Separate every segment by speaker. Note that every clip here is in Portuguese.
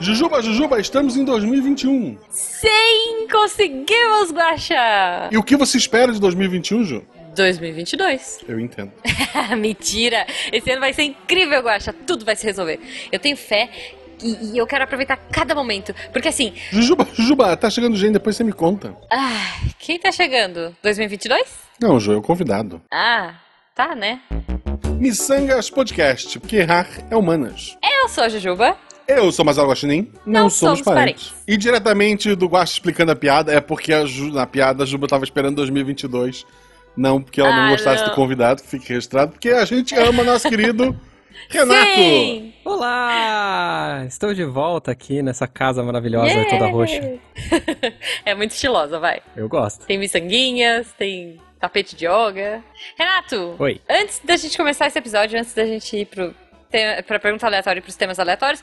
Speaker 1: Jujuba, Jujuba, estamos em 2021.
Speaker 2: Sim, conseguimos, Guaxa!
Speaker 1: E o que você espera de 2021, Ju?
Speaker 2: 2022.
Speaker 1: Eu entendo.
Speaker 2: Mentira! Esse ano vai ser incrível, Guaxa. Tudo vai se resolver. Eu tenho fé e, e eu quero aproveitar cada momento. Porque assim,
Speaker 1: Jujuba, Jujuba, tá chegando gente, depois você me conta.
Speaker 2: ah, quem tá chegando? 2022?
Speaker 1: Não, Ju, é o convidado.
Speaker 2: Ah, tá, né?
Speaker 1: Missangas Podcast, porque errar é humanas.
Speaker 2: Eu sou a Jujuba.
Speaker 1: Eu sou Mazal Guaxinim, não, somos, parentes. E diretamente do Guaxa explicando a piada, é porque a Ju- na piada a Juba tava esperando 2022. Não porque ela não
Speaker 2: Ah,
Speaker 1: gostasse
Speaker 2: não.
Speaker 1: do convidado, que fique registrado, porque a gente ama nosso querido Renato.
Speaker 2: Sim!
Speaker 3: Olá! Estou de volta aqui nessa casa maravilhosa toda roxa.
Speaker 2: é muito estilosa, vai.
Speaker 3: Eu gosto.
Speaker 2: Tem miçanguinhas, tem tapete de yoga. Renato,
Speaker 3: Oi.
Speaker 2: antes da gente começar esse episódio, antes da gente ir pro tema, pra pergunta aleatória e pros temas aleatórios,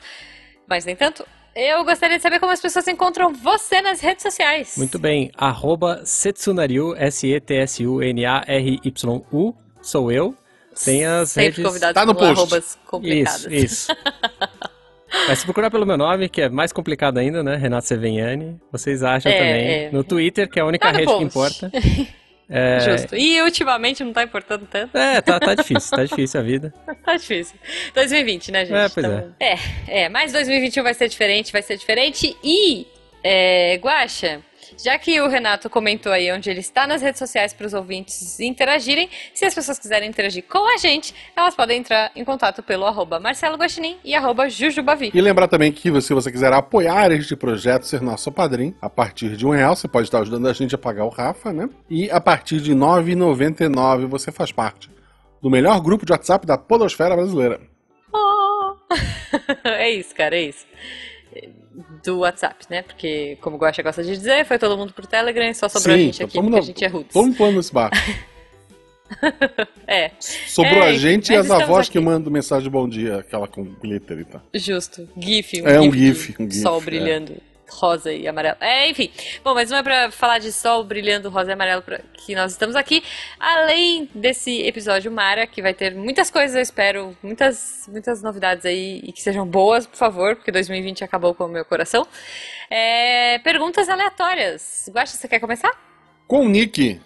Speaker 2: mas nem tanto, eu gostaria de saber como as pessoas encontram você nas redes sociais.
Speaker 3: Muito bem. Arroba Setsunariu, S-E-T-S-U-N-A-R-Y-U. Sou eu. Tem as
Speaker 2: Sempre
Speaker 3: redes...
Speaker 2: convidados
Speaker 1: Tá no
Speaker 2: com
Speaker 1: post.
Speaker 2: arrobas complicadas.
Speaker 3: Isso, isso. Mas se procurar pelo meu nome, que é mais complicado ainda, né? Renato Sevignani. Vocês acham
Speaker 2: É,
Speaker 3: também.
Speaker 2: é.
Speaker 3: No Twitter, que é a única
Speaker 2: Tá no
Speaker 3: rede
Speaker 2: post.
Speaker 3: que importa.
Speaker 2: Justo. E ultimamente não tá importando tanto,
Speaker 3: É, tá, tá difícil. Tá difícil a vida.
Speaker 2: tá difícil. 2020, né, gente?
Speaker 3: É, pois
Speaker 2: é. É, é, mas 2021 vai ser diferente, vai ser diferente. E, é, Guaxa, já que o Renato comentou aí onde ele está nas redes sociais para os ouvintes interagirem, se as pessoas quiserem interagir com a gente, elas podem entrar em contato pelo arroba Marcelo Guaxinim e arroba Jujubavi.
Speaker 1: E lembrar também que se você quiser apoiar este projeto, ser nosso padrinho, a partir de um real você pode estar ajudando a gente a pagar o Rafa, né? E a partir de R$ 9,99 você faz parte do melhor grupo de WhatsApp da podosfera brasileira.
Speaker 2: Oh. é isso, cara, é isso. Do WhatsApp, né? Porque, como o Guaxa gosta de dizer, foi todo mundo pro Telegram e só sobrou a gente
Speaker 3: então
Speaker 1: tá
Speaker 2: aqui,
Speaker 1: todo
Speaker 2: porque
Speaker 1: mundo-
Speaker 2: a gente é roots.
Speaker 1: Todo mundo pulando esse barco.
Speaker 2: É,
Speaker 1: Sobrou
Speaker 2: É,
Speaker 1: a gente e
Speaker 2: mas
Speaker 1: as avós
Speaker 2: estamos aqui.
Speaker 1: que mandam mensagem de bom dia, aquela com glitter e tal.
Speaker 2: justo. GIF,
Speaker 1: É, um
Speaker 2: de
Speaker 1: gif, um gif,
Speaker 2: Sol
Speaker 1: é.
Speaker 2: brilhando, rosa e amarelo. É, enfim. Bom, mas não é pra falar de sol brilhando, rosa e amarelo pra- que nós estamos aqui. Além desse episódio Mara, que vai ter muitas coisas, eu espero, muitas, muitas novidades aí e que sejam boas, por favor, porque 2020 acabou com o meu coração. É, perguntas aleatórias. Guaxa, você quer começar?
Speaker 1: Com o Nick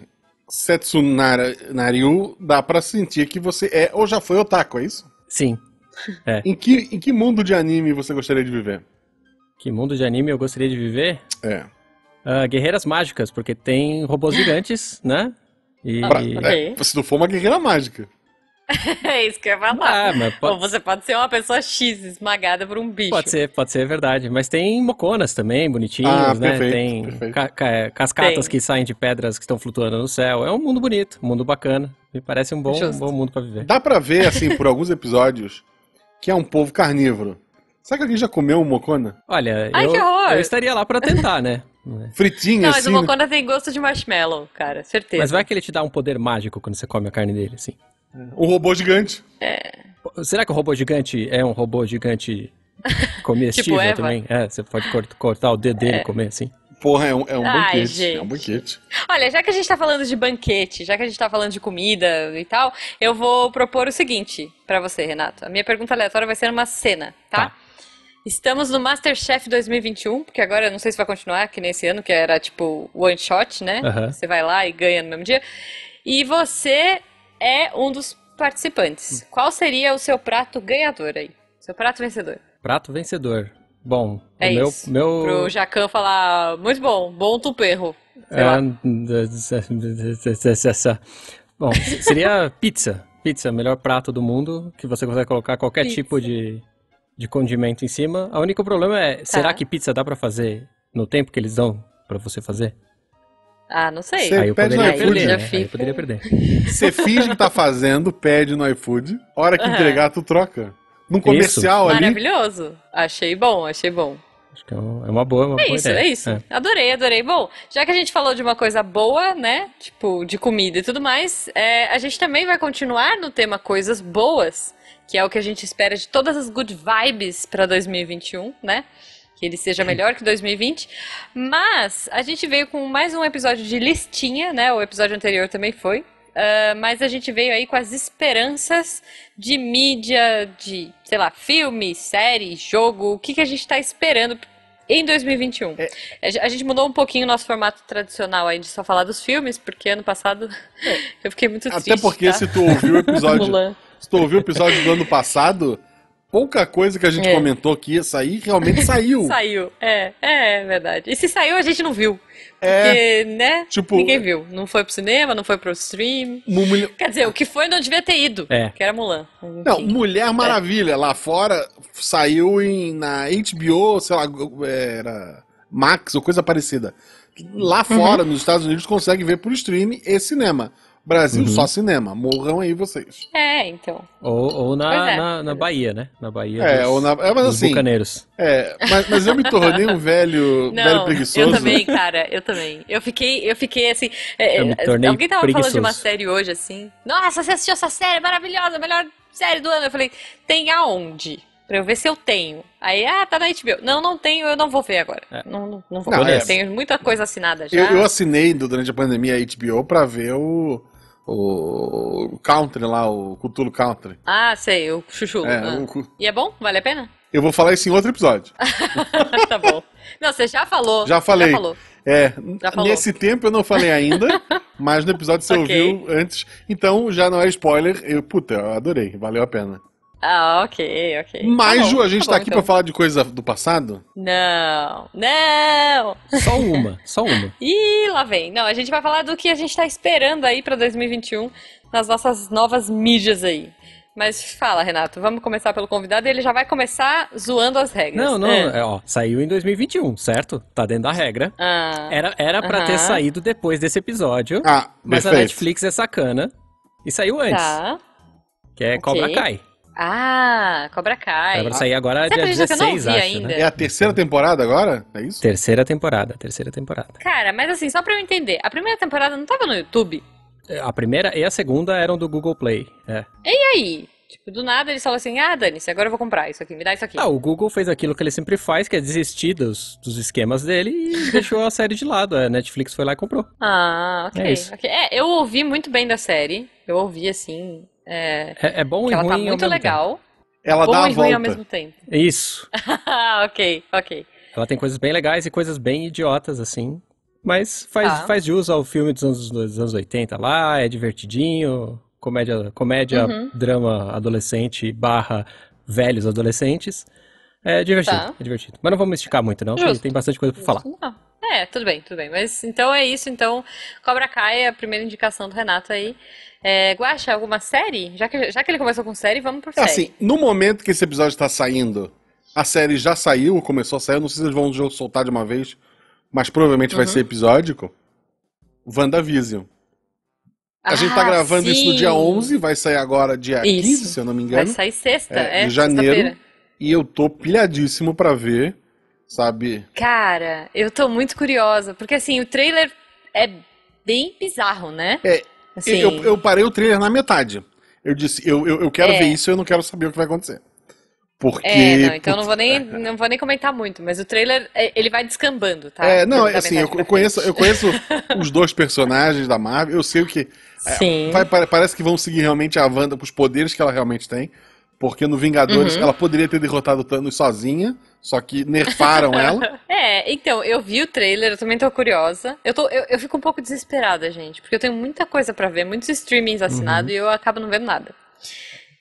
Speaker 1: Setsunariu, dá pra sentir que você é ou já foi otaku, é isso?
Speaker 3: Sim.
Speaker 1: Em que, em que mundo de anime você gostaria de viver?
Speaker 3: Que mundo de anime eu gostaria de viver?
Speaker 1: É.
Speaker 3: Ah, guerreiras mágicas, porque tem robôs gigantes, né? E...
Speaker 1: Pra-
Speaker 2: Ok.
Speaker 1: é, se não for uma guerreira mágica.
Speaker 2: É isso que eu ia falar.
Speaker 3: Ah, mas
Speaker 2: Ou
Speaker 3: pode,
Speaker 2: você pode ser uma pessoa X esmagada por um bicho.
Speaker 3: pode ser, pode ser verdade. Mas tem moconas também, bonitinhos,
Speaker 1: Ah,
Speaker 3: né?
Speaker 1: perfeito,
Speaker 3: tem
Speaker 1: perfeito.
Speaker 3: ca- ca- é, cascatas
Speaker 2: Tem.
Speaker 3: que saem de pedras que estão flutuando no céu. É um mundo bonito, um mundo bacana. Me parece um bom, um
Speaker 2: Justo.
Speaker 3: bom mundo pra viver.
Speaker 1: Dá pra ver, assim, por alguns episódios, que é um povo carnívoro. Será que alguém já comeu um mocona?
Speaker 3: Olha,
Speaker 2: Ai,
Speaker 3: eu,
Speaker 2: que horror!
Speaker 3: eu estaria lá pra tentar, né?
Speaker 1: Fritinho,
Speaker 2: Não, mas
Speaker 1: assim.
Speaker 2: o
Speaker 1: né?
Speaker 2: Mocona tem gosto de marshmallow, cara, certeza.
Speaker 3: Mas vai que ele te dá um poder mágico quando você come a carne dele, assim.
Speaker 1: Um robô gigante.
Speaker 3: Pô, Será que o robô gigante é um robô gigante comestível
Speaker 2: Tipo Eva? É.
Speaker 3: também? É, você pode cor- cortar o dedo dele e comer, assim.
Speaker 1: Porra, é um, é um
Speaker 2: Ai,
Speaker 1: banquete.
Speaker 2: gente.
Speaker 1: É um banquete.
Speaker 2: Olha, já que a gente tá falando de banquete, já que a gente tá falando de comida e tal, eu vou propor o seguinte pra você, Renato. A minha pergunta aleatória vai ser uma cena, tá?
Speaker 3: Tá.
Speaker 2: Estamos no MasterChef 2021, porque agora eu não sei se vai continuar, que nesse ano, que era tipo one shot, né?
Speaker 3: Aham.
Speaker 2: Você vai lá e ganha no mesmo dia. E você é um dos
Speaker 3: Hum.
Speaker 2: participantes. Qual seria o seu prato ganhador aí? Seu prato vencedor?
Speaker 3: Prato vencedor. Bom,
Speaker 2: É
Speaker 3: o meu,
Speaker 2: isso.
Speaker 3: meu
Speaker 2: Pro Jacan falar, muito bom, bom tu perro. Sei
Speaker 3: é,
Speaker 2: lá.
Speaker 3: Bom, seria pizza. Pizza, o melhor prato do mundo, que você consegue colocar qualquer
Speaker 2: Pizza.
Speaker 3: tipo de, de condimento em cima. O único problema é,
Speaker 2: Tá.
Speaker 3: será que pizza dá pra fazer no tempo que eles dão pra você fazer?
Speaker 2: Ah, não sei.
Speaker 1: Sei.
Speaker 3: Aí eu
Speaker 1: pede
Speaker 3: poderia
Speaker 1: no
Speaker 3: perder,
Speaker 2: iFood,
Speaker 3: né?
Speaker 2: já
Speaker 3: Aí eu
Speaker 2: fica.
Speaker 3: poderia perder.
Speaker 1: Você finge que tá fazendo, pede no iFood. Hora que
Speaker 2: Aham.
Speaker 1: entregar, tu troca. Num comercial ali.
Speaker 2: Maravilhoso. Achei bom, achei bom.
Speaker 3: Acho que é um- é uma boa, uma
Speaker 2: É
Speaker 3: boa
Speaker 2: isso,
Speaker 3: ideia.
Speaker 2: é isso. Adorei, adorei. Bom, já que a gente falou de uma coisa boa, né? Tipo, de comida e tudo mais, é, a gente também vai continuar no tema coisas boas, que é o que a gente espera de todas as good vibes pra 2021, né? Que ele seja melhor que 2020. Mas a gente veio com mais um episódio de listinha, né? O episódio anterior também foi. ah, mas a gente veio aí com as esperanças de mídia, de, sei lá, filme, série, jogo, o que, que a gente está esperando em
Speaker 1: É.
Speaker 2: 2021. A ge- A gente mudou um pouquinho o nosso formato tradicional aí de só falar dos filmes, porque ano passado eu fiquei muito triste.
Speaker 1: É. Até porque
Speaker 2: tá?
Speaker 1: se tu ouviu o episódio,
Speaker 2: Mulan.
Speaker 1: se tu ouviu o episódio do ano passado, pouca coisa que a gente
Speaker 2: É.
Speaker 1: comentou que ia sair realmente saiu.
Speaker 2: Saiu, é, é, é verdade. E se saiu, a gente não viu.
Speaker 1: É.
Speaker 2: Porque, né?
Speaker 1: Tipo-
Speaker 2: Ninguém viu. Não foi pro cinema, não foi pro stream.
Speaker 1: Mu- mulher-
Speaker 2: Quer dizer, o que foi não devia ter ido,
Speaker 3: É.
Speaker 2: que era Mulan. Mas,
Speaker 1: Não,
Speaker 2: enfim. é.
Speaker 1: Mulher Maravilha lá fora saiu em, na HBO, sei lá, era Max ou coisa parecida.
Speaker 2: Uhum.
Speaker 1: Lá fora, nos Estados Unidos, consegue ver por streaming e cinema. Brasil,
Speaker 3: Uhum.
Speaker 1: só cinema. Morram aí vocês.
Speaker 2: É, então.
Speaker 3: Ou, ou na,
Speaker 2: Pois é.
Speaker 3: na, na Bahia, né? Na Bahia
Speaker 1: É,
Speaker 3: dos,
Speaker 1: ou na, é, mas
Speaker 3: dos
Speaker 1: assim,
Speaker 3: bucaneiros.
Speaker 1: é, mas, mas eu me tornei um velho, velho
Speaker 2: Não,
Speaker 1: preguiçoso.
Speaker 2: eu também, cara, eu também. Eu fiquei, eu fiquei assim. é,
Speaker 3: Eu me
Speaker 2: é,
Speaker 3: tornei
Speaker 2: alguém tava falando de uma
Speaker 3: preguiçoso.
Speaker 2: série hoje assim. Nossa, você assistiu essa série maravilhosa, melhor série do ano. Eu falei, tem aonde? Pra eu ver se eu tenho. Aí, ah, tá na HBO. Não, não tenho, eu não vou ver agora.
Speaker 3: É.
Speaker 2: Não, não, não vou
Speaker 1: Não,
Speaker 2: ver.
Speaker 1: é.
Speaker 2: Eu tenho muita coisa assinada já.
Speaker 1: Eu, eu assinei durante a pandemia a HBO pra ver o, o Country lá, o Cthulhu Country.
Speaker 2: Ah, sei, o chuchu.
Speaker 1: É,
Speaker 2: ah.
Speaker 1: o cu-
Speaker 2: E é bom? Vale a pena?
Speaker 1: eu vou falar isso em outro episódio.
Speaker 2: tá bom. Não, você já falou.
Speaker 1: Já falei.
Speaker 2: Já falou.
Speaker 1: É,
Speaker 2: Já falou.
Speaker 1: nesse tempo eu não falei ainda, mas no episódio você
Speaker 2: Ok.
Speaker 1: ouviu antes. Então já não é spoiler. Eu, puta, eu adorei, valeu a pena.
Speaker 2: Ah, ok, ok.
Speaker 1: Mas,
Speaker 2: tá
Speaker 1: Ju,
Speaker 2: bom,
Speaker 1: a gente tá,
Speaker 2: bom,
Speaker 1: aqui
Speaker 2: então.
Speaker 1: pra falar de coisa do passado?
Speaker 2: Não, não.
Speaker 3: Só uma, só uma.
Speaker 2: Ih, lá vem. Não, a gente vai falar do que a gente tá esperando aí pra 2021 nas nossas novas mídias aí. Mas fala, Renato, vamos começar pelo convidado e ele já vai começar zoando as regras.
Speaker 3: Não, não,
Speaker 2: É.
Speaker 3: é, ó, saiu em 2021, certo? Tá dentro da regra.
Speaker 2: Ah,
Speaker 3: Era, era pra ter
Speaker 2: Aham.
Speaker 3: saído depois desse episódio,
Speaker 1: Ah,
Speaker 3: mas a
Speaker 1: perfeito.
Speaker 3: Netflix é sacana e saiu antes,
Speaker 2: tá.
Speaker 3: que é Cobra
Speaker 2: Ok.
Speaker 3: Kai.
Speaker 2: Ah, Cobra Kai.
Speaker 3: Era pra sair agora
Speaker 2: Você
Speaker 3: dia
Speaker 2: acredita que eu não
Speaker 3: 16,
Speaker 2: vi
Speaker 3: acho,
Speaker 2: ainda?
Speaker 3: né?
Speaker 1: É a terceira temporada agora? É isso?
Speaker 3: Terceira temporada, terceira temporada.
Speaker 2: Cara, mas assim, só pra eu entender, a primeira temporada não tava no YouTube?
Speaker 3: A primeira e a segunda eram do Google Play, é.
Speaker 2: E aí? Tipo, do nada eles falam assim, ah, dane-se, agora eu vou comprar isso aqui, me dá isso aqui.
Speaker 3: Ah, o Google fez aquilo que ele sempre faz, que é desistir dos, dos esquemas dele e deixou a série de lado. A Netflix foi lá e comprou.
Speaker 2: Ah, ok,
Speaker 3: É isso.
Speaker 2: ok. É, eu ouvi muito bem da série. Eu ouvi, assim, é,
Speaker 3: É, é bom
Speaker 2: que
Speaker 3: e
Speaker 2: ela
Speaker 3: ruim
Speaker 2: tá
Speaker 3: ao
Speaker 2: muito
Speaker 3: mesmo
Speaker 2: legal.
Speaker 1: Ela
Speaker 2: Bom
Speaker 1: dá a
Speaker 2: e ruim ao
Speaker 1: volta.
Speaker 2: mesmo tempo.
Speaker 3: tempo. Isso.
Speaker 2: Ah, ok, ok.
Speaker 3: Ela tem coisas bem legais e coisas bem idiotas, assim. Mas faz,
Speaker 2: Tá.
Speaker 3: faz de uso ao filme dos anos, dos anos 80 lá, é divertidinho. Comédia, comédia
Speaker 2: Uhum.
Speaker 3: drama adolescente barra velhos adolescentes. É divertido,
Speaker 2: Tá.
Speaker 3: é divertido. Mas não vamos esticar muito, não, porque
Speaker 2: Justo.
Speaker 3: tem bastante coisa pra falar.
Speaker 2: Não. É, tudo bem, tudo bem. Mas então é isso. Então, Cobra Kai é a primeira indicação do Renato aí. É, Guaxa, alguma série? Já que, já que ele começou com série, vamos por série.
Speaker 1: Assim, no momento que esse episódio tá saindo, a série já saiu, começou a sair, eu não sei se eles vão jo- soltar de uma vez, mas provavelmente vai
Speaker 2: Uhum.
Speaker 1: ser episódico. WandaVision. A gente tá
Speaker 2: Ah,
Speaker 1: gravando isso no dia
Speaker 2: sim.
Speaker 1: 11, vai sair agora dia
Speaker 2: Isso.
Speaker 1: 15, se eu não me
Speaker 2: Vai
Speaker 1: engano.
Speaker 2: sair sexta,
Speaker 1: É,
Speaker 2: é,
Speaker 1: de janeiro.
Speaker 2: sexta-feira.
Speaker 1: E eu tô pilhadíssimo pra ver, sabe?
Speaker 2: Cara, eu tô muito curiosa, porque assim, o trailer é bem bizarro, né?
Speaker 1: É,
Speaker 2: Assim,
Speaker 1: Eu, eu parei o trailer na metade. Eu disse, eu, eu, eu quero
Speaker 2: É.
Speaker 1: ver isso, eu não quero saber o que vai acontecer. Porque.
Speaker 2: é, não, então eu não
Speaker 1: putz,
Speaker 2: vou nem, não vou nem comentar muito, mas o trailer, é, ele vai descambando, tá?
Speaker 1: É, não,
Speaker 2: Da
Speaker 1: é assim,
Speaker 2: metade
Speaker 1: eu,
Speaker 2: pra
Speaker 1: eu conheço,
Speaker 2: frente.
Speaker 1: eu conheço os dois personagens da Marvel, eu sei o que. é,
Speaker 2: Sim.
Speaker 1: vai- pa- parece que vão seguir realmente a Wanda com os poderes que ela realmente tem. Porque no Vingadores
Speaker 2: Uhum.
Speaker 1: ela poderia ter derrotado o Thanos sozinha, só que nerfaram ela.
Speaker 2: É, então, eu vi o trailer, eu também tô curiosa. Eu, tô, eu, eu fico um pouco desesperada, gente, porque eu tenho muita coisa pra ver, muitos streamings assinados e eu acabo não vendo nada.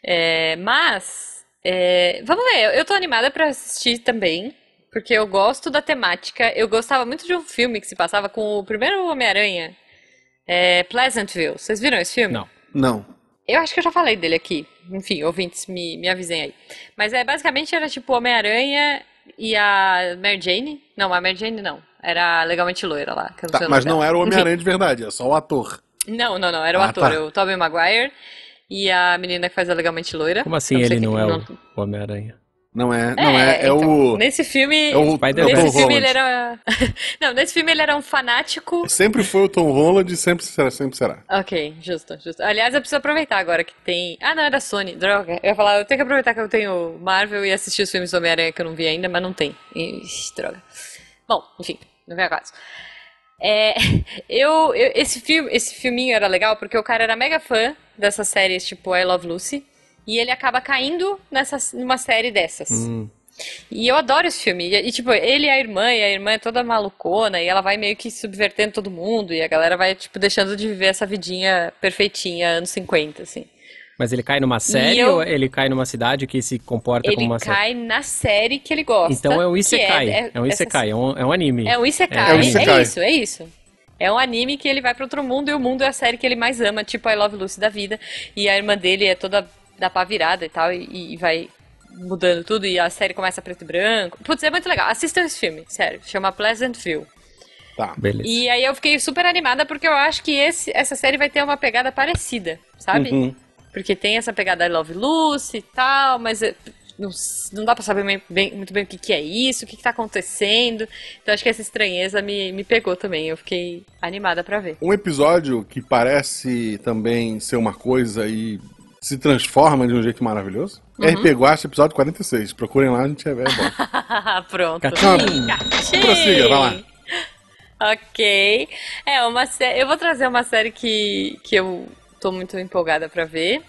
Speaker 2: É, mas, é, vamos ver, eu, eu tô animada pra assistir também, porque eu gosto da temática. Eu gostava muito de um filme que se passava com o primeiro Homem-Aranha, é, Pleasantville. Vocês viram esse filme?
Speaker 3: Não.
Speaker 1: Não.
Speaker 2: Eu acho que eu já falei dele aqui. Enfim, ouvintes, me, me avisem aí. Mas é basicamente era tipo Homem-Aranha e a Mary Jane. Não, a Mary Jane não. Era a legalmente loira lá. que eu não
Speaker 1: Tá,
Speaker 2: sei o nome
Speaker 1: mas não
Speaker 2: dela.
Speaker 1: era o
Speaker 2: Enfim,
Speaker 1: Homem-Aranha de verdade, é só o ator.
Speaker 2: Não, não, não. Era o
Speaker 1: Ah,
Speaker 2: ator, é
Speaker 1: tá.
Speaker 2: o Tobey Maguire e a menina que faz a legalmente loira.
Speaker 3: Como assim
Speaker 2: Eu não sei
Speaker 3: ele
Speaker 2: quem-
Speaker 3: não é o o Homem-aranha?
Speaker 1: Não é, não é, é,
Speaker 2: então,
Speaker 1: o.
Speaker 2: Nesse filme.
Speaker 1: É o, é o
Speaker 3: Nesse
Speaker 1: Tom
Speaker 2: Nesse filme
Speaker 1: Holland.
Speaker 2: ele era. Não, nesse filme ele era um fanático
Speaker 1: Sempre foi o Tom Holland e sempre será, sempre será.
Speaker 2: Ok, justo, justo. Aliás, eu preciso aproveitar agora que tem. Ah, não, é da Sony, droga. Eu ia falar, eu tenho que aproveitar que eu tenho Marvel e assistir os filmes do Homem-Aranha que eu não vi ainda, mas não tem. Ixi, droga. Bom, enfim, não vem a caso. É, eu, eu- esse filme, esse filminho era legal porque o cara era mega fã dessas séries tipo I Love Lucy e ele acaba caindo nessa numa série dessas.
Speaker 1: Hum.
Speaker 2: E eu adoro esse filme. E, e, tipo, ele e a irmã, e a irmã é toda malucona, e ela vai meio que subvertendo todo mundo, e a galera vai, tipo, deixando de viver essa vidinha perfeitinha, anos 50, assim.
Speaker 3: Mas ele cai numa série
Speaker 2: eu-
Speaker 3: ou ele cai numa cidade que se comporta
Speaker 2: Ele
Speaker 3: como uma série?
Speaker 2: cai na série que ele gosta.
Speaker 3: Então é um
Speaker 2: que
Speaker 3: Isekai. É, um
Speaker 2: essa-
Speaker 3: Isekai, é um, é um anime.
Speaker 2: É um Isekai.
Speaker 1: É um
Speaker 2: É,
Speaker 1: isekai.
Speaker 2: isso, é isso. É um anime que ele vai pra outro mundo e o mundo é a série que ele mais ama, tipo I Love Lucy da vida. E a irmã dele é toda da pá virada e tal, e, e vai mudando tudo, e a série começa preto e branco. Putz, é muito legal. Assistam esse filme, sério. Chama Pleasant View.
Speaker 1: Tá.
Speaker 3: Beleza.
Speaker 2: um E aí eu fiquei super animada porque eu acho que esse- essa série vai ter uma pegada parecida, sabe?
Speaker 1: Uhum.
Speaker 2: Porque tem essa pegada I Love Lucy e tal, mas eh, não, s- não dá pra saber bem- bem- muito bem o que, que é isso, o que, que tá acontecendo. Então acho que essa estranheza me, me pegou também. Eu fiquei animada pra ver.
Speaker 1: Um episódio que parece também ser uma coisa e se transforma de um jeito maravilhoso.
Speaker 2: Uhum.
Speaker 1: RP Guacha, episódio 46. Procurem lá, a gente é, é bom.
Speaker 2: Pronto.
Speaker 3: Catim.
Speaker 2: Catim.
Speaker 1: Prossiga, vai lá.
Speaker 2: Ok. É, uma sé- Eu vou trazer uma série que, que eu tô muito empolgada pra ver.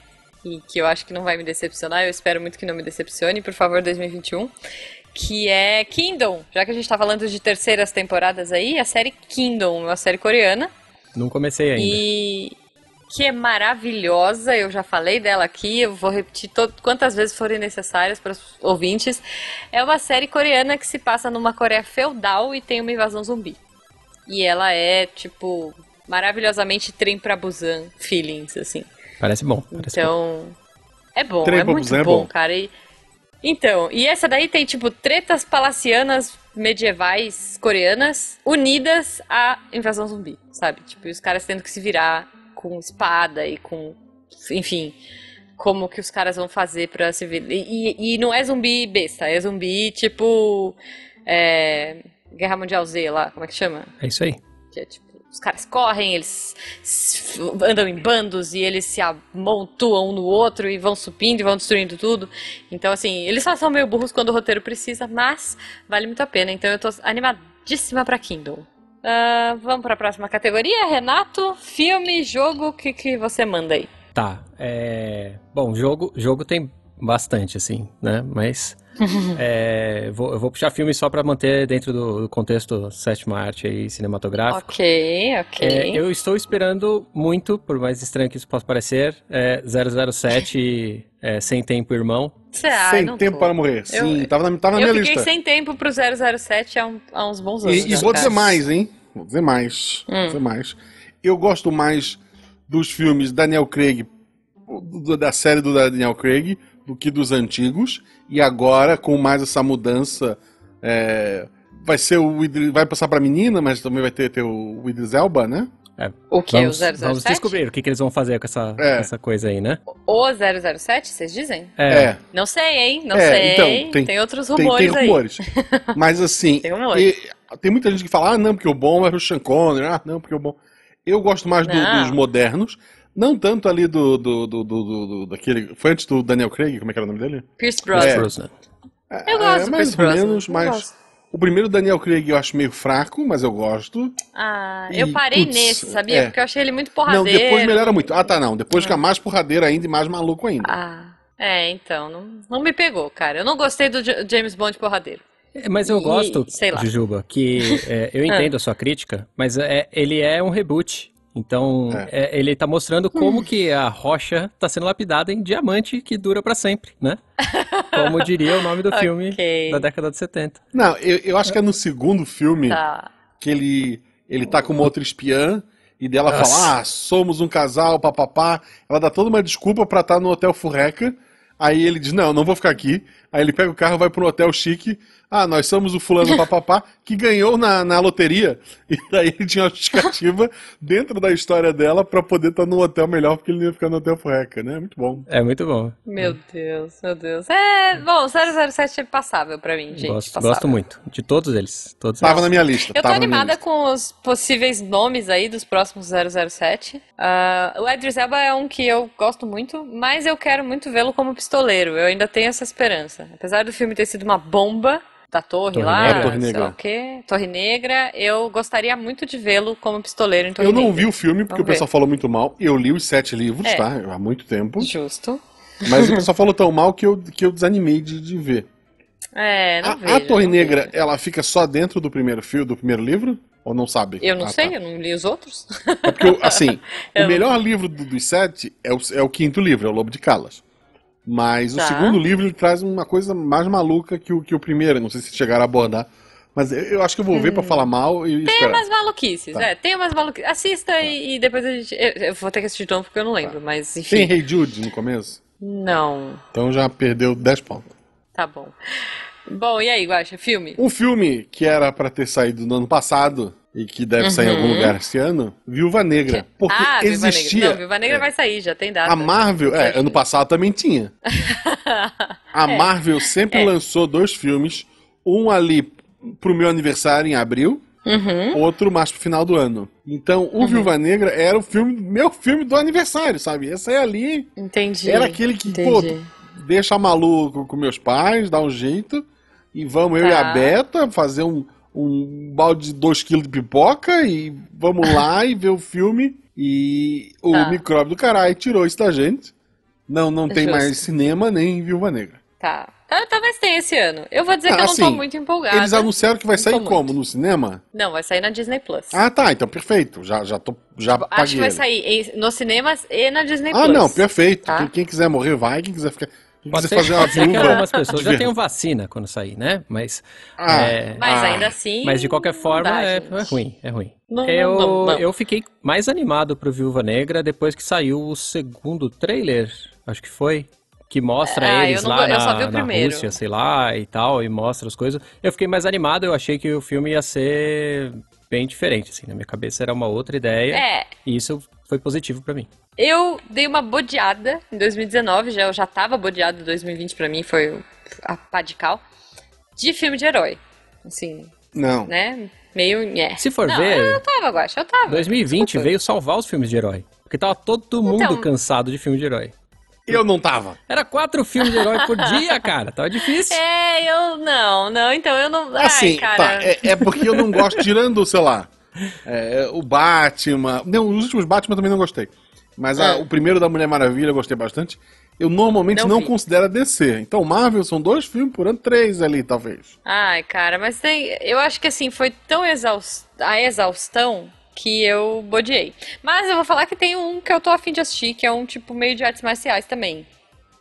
Speaker 2: E que eu acho que não vai me decepcionar. Eu espero muito que não me decepcione, por favor, 2021. Que é Kingdom. Já que a gente tá falando de terceiras temporadas aí, a série Kingdom, é uma série coreana.
Speaker 3: Não comecei ainda.
Speaker 2: E que é maravilhosa, eu já falei dela aqui, eu vou repetir to- quantas vezes forem necessárias para os ouvintes. É uma série coreana que se passa numa Coreia feudal e tem uma invasão zumbi. E ela é, tipo, maravilhosamente trem pra Busan feelings, assim.
Speaker 3: Parece bom. Parece bom.
Speaker 2: Então, é bom,
Speaker 1: Trem
Speaker 2: é
Speaker 1: pra
Speaker 2: muito
Speaker 1: Busan é
Speaker 2: bom,
Speaker 1: bom.
Speaker 2: cara. E- então, e essa daí tem, tipo, tretas palacianas medievais coreanas unidas à invasão zumbi, sabe? Tipo, e os caras tendo que se virar com espada e com. Enfim, como que os caras vão fazer pra se virar. E, e- e não é zumbi besta, é zumbi tipo. é, Guerra Mundial Z lá, como é que chama?
Speaker 3: É isso aí.
Speaker 2: Que é tipo, os caras correm, eles s- andam em bandos e eles se amontoam um no outro e vão subindo e vão destruindo tudo. Então, assim, eles só são meio burros quando o roteiro precisa, mas vale muito a pena. Então, eu tô animadíssima pra Kindle. Ah, vamos pra próxima categoria, Renato. Filme, jogo, o que, que você manda aí?
Speaker 3: Tá. é, Bom, jogo, jogo tem bastante, assim, né? Mas é, vou- eu vou puxar filme só pra manter dentro do, do contexto sétima arte aí, cinematográfico.
Speaker 2: ok, ok.
Speaker 3: É, eu estou esperando muito, por mais estranho que isso possa parecer, é 007 é, Sem Tempo Irmão.
Speaker 2: Ah,
Speaker 1: sem
Speaker 2: não
Speaker 1: tempo
Speaker 2: tô.
Speaker 1: para morrer.
Speaker 2: Eu-
Speaker 1: Sim, tava na, tava na
Speaker 2: Eu
Speaker 1: minha
Speaker 2: fiquei
Speaker 1: lista.
Speaker 2: sem tempo pro 007 há, um- há uns bons anos.
Speaker 1: E, e
Speaker 2: já,
Speaker 1: vou dizer
Speaker 2: cara.
Speaker 1: mais, hein? Vou dizer mais.
Speaker 2: Hum.
Speaker 1: Vou dizer mais. Eu gosto mais dos filmes Daniel Craig, do- da série do Daniel Craig, do que dos antigos. E agora, com mais essa mudança, é, vai ser o Idri- vai passar pra menina, mas também vai ter, ter o Idris Elba, né?
Speaker 2: O que?
Speaker 3: Vamos,
Speaker 2: o 007?
Speaker 3: vamos descobrir o que, que eles vão fazer com essa,
Speaker 1: É.
Speaker 3: essa coisa aí, né?
Speaker 2: O 007, vocês dizem?
Speaker 1: É,
Speaker 2: Não sei, hein? Não
Speaker 1: É,
Speaker 2: sei.
Speaker 1: então, tem-
Speaker 2: outros
Speaker 1: tem,
Speaker 2: rumores
Speaker 1: tem
Speaker 2: aí.
Speaker 1: rumores. Mas assim,
Speaker 2: Tem rumores.
Speaker 1: e- tem muita gente que fala, ah, não, porque o bom era o Sean Connery, ah, não, porque o bom. Eu gosto mais do-
Speaker 2: Não.
Speaker 1: dos modernos, não tanto ali do, do, do, do- do- do- daquele. Foi antes do Daniel Craig, como é que era o nome dele?
Speaker 2: Pierce
Speaker 1: É.
Speaker 2: Brosnan.
Speaker 3: Brosnan.
Speaker 2: Eu gosto
Speaker 1: é,
Speaker 2: do
Speaker 1: mais
Speaker 2: Pierce
Speaker 1: ou
Speaker 2: Brosnan.
Speaker 1: menos,
Speaker 2: eu
Speaker 1: mas.
Speaker 2: gosto.
Speaker 1: O primeiro Daniel Craig eu acho meio fraco, mas eu gosto.
Speaker 2: Ah,
Speaker 1: E,
Speaker 2: eu parei
Speaker 1: putz,
Speaker 2: nesse, sabia?
Speaker 1: é.
Speaker 2: Porque eu achei ele muito
Speaker 1: Não,
Speaker 2: porradeiro.
Speaker 1: depois melhora muito. Ah, tá, não. Depois fica mais porradeiro ainda e mais maluco ainda.
Speaker 2: Ah, é, então. Não, não me pegou, cara. Eu não gostei do J- James Bond porradeiro.
Speaker 3: É, Mas eu
Speaker 2: E,
Speaker 3: gosto,
Speaker 2: sei lá.
Speaker 3: Jujuba, que é, eu entendo a sua crítica, mas é- ele é um reboot. Então, é, ele tá mostrando
Speaker 2: Hum.
Speaker 3: como que a rocha tá sendo lapidada em diamante que dura pra sempre, né? Como diria o nome do filme
Speaker 2: Ok.
Speaker 3: da década de 70.
Speaker 1: Não, eu, eu acho que é no segundo filme
Speaker 2: Tá.
Speaker 1: que ele, ele tá com uma outra espiã e dela
Speaker 3: Nossa.
Speaker 1: fala, ah, somos um casal, papapá. Ela dá toda uma desculpa pra estar no hotel Furreca. Aí ele diz, não, não vou ficar aqui. Aí ele pega o carro, vai pro um hotel chique. Ah, nós somos o fulano papapá que ganhou na, na loteria. E daí ele tinha uma justificativa dentro da história dela pra poder estar num hotel melhor, porque ele não ia ficar no hotel Furreca, né? Muito bom.
Speaker 3: É muito bom.
Speaker 2: Meu Deus, meu Deus. É, bom, 007 é passável pra mim, gente.
Speaker 3: gosto,
Speaker 2: passável.
Speaker 3: gosto muito. De todos eles. Todos
Speaker 1: Tava
Speaker 3: eles.
Speaker 1: na minha lista.
Speaker 2: Eu tô
Speaker 1: tava na minha
Speaker 2: animada
Speaker 1: lista.
Speaker 2: com os possíveis nomes aí dos próximos 007. Ah, o Idris Elba é um que eu gosto muito, mas eu quero muito vê-lo como pistoleiro. Eu ainda tenho essa esperança. Apesar do filme ter sido uma bomba, da torre,
Speaker 3: Torre
Speaker 2: lá,
Speaker 3: Negra?
Speaker 1: Torre
Speaker 2: sei
Speaker 1: Negra.
Speaker 2: lá o quê, Torre Negra. Eu gostaria muito de vê-lo como pistoleiro em Torre
Speaker 1: Eu não
Speaker 2: Negra.
Speaker 1: vi o filme porque
Speaker 2: Vamos
Speaker 1: o pessoal falou muito mal. Eu li os sete livros,
Speaker 2: É.
Speaker 1: tá? Há muito tempo.
Speaker 2: Justo.
Speaker 1: Mas o pessoal falou tão mal que eu, que eu desanimei de, de ver.
Speaker 2: É, não
Speaker 1: A,
Speaker 2: vejo,
Speaker 1: a Torre
Speaker 2: não
Speaker 1: Negra,
Speaker 2: vejo.
Speaker 1: ela fica só dentro do primeiro fio, do primeiro livro? Ou não sabe?
Speaker 2: Eu não
Speaker 1: Ah,
Speaker 2: sei,
Speaker 1: tá.
Speaker 2: eu não li os outros.
Speaker 1: É porque, eu- assim,
Speaker 2: Eu
Speaker 1: o melhor livro do- dos sete é o, é o quinto livro, é o Lobo de Calas. Mas
Speaker 2: Tá.
Speaker 1: o segundo livro ele traz uma coisa mais maluca que o, que o primeiro. Não sei se chegaram a abordar. Mas eu, eu acho que eu vou ver pra falar mal e
Speaker 2: Hum. Tem
Speaker 1: esperar.
Speaker 2: umas maluquices,
Speaker 1: Tá.
Speaker 2: é, tem umas maluquices. Assista e, e depois a gente. Eu, eu vou ter que assistir de novo porque eu não lembro, mas
Speaker 1: Tá. Tem
Speaker 2: enfim.
Speaker 1: Rei Jude no começo?
Speaker 2: Não,
Speaker 1: Então já perdeu 10 pontos.
Speaker 2: tá bom. Bom, e aí, Guaxa, filme?
Speaker 1: Um filme que era pra ter saído no ano passado e que deve sair em algum lugar esse ano, Viúva Negra. Porque
Speaker 2: Uhum. ah, Viva
Speaker 1: existia.
Speaker 2: Negra. Não, Viúva Negra
Speaker 1: É,
Speaker 2: vai sair, já tem data.
Speaker 1: A Marvel, é,
Speaker 2: Acho
Speaker 1: ano
Speaker 2: que-
Speaker 1: passado também tinha. A
Speaker 2: É.
Speaker 1: Marvel sempre
Speaker 2: É.
Speaker 1: lançou dois filmes, um ali pro meu aniversário em abril,
Speaker 2: Uhum.
Speaker 1: outro mais pro final do ano. Então, o Viúva Negra era o filme, meu filme do aniversário, sabe? Esse aí ali
Speaker 2: Entendi.
Speaker 1: era aquele que, pô,
Speaker 2: Entendi.
Speaker 1: deixa maluco com meus pais, dá um jeito, e vamos eu e
Speaker 2: Tá.
Speaker 1: a Beta fazer um, um balde de 2 kg de pipoca e vamos lá e ver o filme. E o
Speaker 2: Tá.
Speaker 1: micróbio do caralho tirou isso da gente. Não, não tem
Speaker 2: Justo.
Speaker 1: mais cinema nem Viúva Negra.
Speaker 2: Tá. Ah, Talvez tenha esse ano. Eu vou dizer
Speaker 1: Ah,
Speaker 2: que eu não tô
Speaker 1: assim,
Speaker 2: muito empolgada.
Speaker 1: Eles anunciaram que vai
Speaker 2: tá. Não
Speaker 1: sair
Speaker 2: tô
Speaker 1: como?
Speaker 2: muito.
Speaker 1: No cinema?
Speaker 2: Não, vai sair na Disney Plus.
Speaker 1: Ah, tá, então perfeito. Já, já, tô, já paguei.
Speaker 2: Acho que vai
Speaker 1: ele.
Speaker 2: sair em- nos cinemas e na Disney
Speaker 1: Ah,
Speaker 2: Plus.
Speaker 1: não, perfeito.
Speaker 2: Tá.
Speaker 1: Quem, quem quiser morrer, vai. Quem quiser ficar. Quem
Speaker 3: Pode
Speaker 1: quiser fazer
Speaker 3: ser,
Speaker 1: uma
Speaker 3: pode ser que
Speaker 1: viúva.
Speaker 3: algumas pessoas
Speaker 1: de
Speaker 3: já
Speaker 1: ver-
Speaker 3: tenham vacina quando sair, né? Mas,
Speaker 1: Ah,
Speaker 3: é,
Speaker 2: Mas
Speaker 1: Ah.
Speaker 2: ainda assim.
Speaker 3: mas de qualquer forma
Speaker 2: dá,
Speaker 3: é,
Speaker 2: gente.
Speaker 3: é ruim, é ruim.
Speaker 2: Não, não,
Speaker 3: eu,
Speaker 2: não, não.
Speaker 3: eu fiquei mais animado pro Viúva Negra depois que saiu o segundo trailer, acho que foi, que mostra
Speaker 2: Ah, eu
Speaker 3: eles
Speaker 2: não
Speaker 3: lá
Speaker 2: go- eu
Speaker 3: na,
Speaker 2: só vi o
Speaker 3: na
Speaker 2: primeiro.
Speaker 3: Rússia, sei lá, e tal, e mostra as coisas. Eu fiquei mais animado, eu achei que o filme ia ser bem diferente, assim, na minha cabeça era uma outra ideia,
Speaker 2: É,
Speaker 3: e isso foi positivo pra mim.
Speaker 2: eu dei uma bodeada em 2019, já, eu já tava bodeada em 2020 pra mim, foi o- a padical, de filme de herói. Assim,
Speaker 1: Não.
Speaker 2: né? Meio. nhé.
Speaker 3: Se for
Speaker 2: Não, é,
Speaker 3: ver-
Speaker 2: eu tava, eu acho, eu tava.
Speaker 3: 2020
Speaker 2: Desculpa.
Speaker 3: veio salvar os filmes de herói. Porque tava todo mundo
Speaker 2: é, Então-
Speaker 3: cansado de filme de herói.
Speaker 1: Eu não tava.
Speaker 3: Era quatro filmes de herói por dia, cara. Tava difícil.
Speaker 2: É, eu não, não, então eu não.
Speaker 1: Assim,
Speaker 2: ai, cara.
Speaker 1: tá, é, é porque eu não gosto, tirando, sei lá, é, o Batman. Não, os últimos Batman eu também não gostei. Mas ah,
Speaker 2: É.
Speaker 1: o primeiro da Mulher Maravilha eu gostei bastante. Eu normalmente
Speaker 2: Não
Speaker 1: não,
Speaker 2: vi.
Speaker 1: considero a DC. Então, Marvel são dois filmes por ano, três ali, talvez.
Speaker 2: Ai, cara, mas tem. Eu acho que assim, foi tão exaus- a exaustão que eu bodeei. Mas eu vou falar que tem um que eu tô afim de assistir, que é um tipo meio de artes marciais também.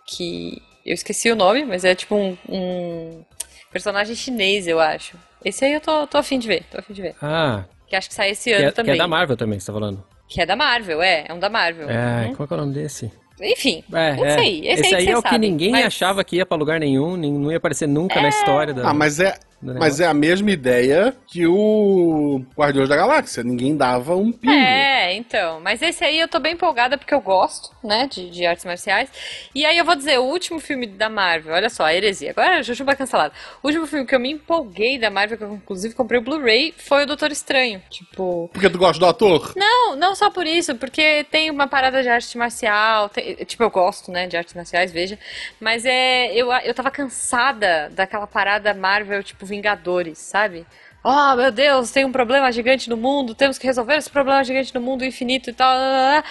Speaker 2: Que eu esqueci o nome, mas é tipo um, um personagem chinês, eu acho. Esse aí eu tô, tô afim de ver, tô afim de ver.
Speaker 3: Ah,
Speaker 2: Que acho que sai esse
Speaker 3: que
Speaker 2: ano
Speaker 3: é, que é
Speaker 2: também.
Speaker 3: da Marvel também que você tá falando.
Speaker 2: Que é da Marvel, é, é um da Marvel.
Speaker 3: É,
Speaker 2: Uhum.
Speaker 3: qual que é o nome desse?
Speaker 2: Enfim,
Speaker 3: É,
Speaker 2: esse
Speaker 3: é.
Speaker 2: aí, esse, aí,
Speaker 3: aí
Speaker 2: que
Speaker 3: é o
Speaker 2: vocês sabem,
Speaker 3: que ninguém
Speaker 2: mas-
Speaker 3: achava que ia pra lugar nenhum, nem- não ia aparecer nunca na história da.
Speaker 1: Ah, mas é,
Speaker 3: do
Speaker 1: mas é a mesma ideia que o Guardiões da Galáxia. Ninguém dava um pingo.
Speaker 2: É, então. Mas esse aí eu tô bem empolgada porque eu gosto, né, de, de artes marciais. E aí eu vou dizer, o último filme da Marvel, olha só, a heresia. Agora a Jujuba cancelada. O último filme que eu me empolguei da Marvel, que eu inclusive comprei o Blu-ray, foi o Doutor Estranho. Tipo,
Speaker 1: Porque tu gosta do ator?
Speaker 2: não, não só por isso, porque tem uma parada de arte marcial, tem- tipo, eu gosto, né, de artes marciais, veja, mas é, eu, eu tava cansada daquela parada Marvel, tipo, Vingadores, sabe? Oh, meu Deus, tem um problema gigante no mundo, temos que resolver esse problema gigante no mundo infinito e tal. lá, lá, lá.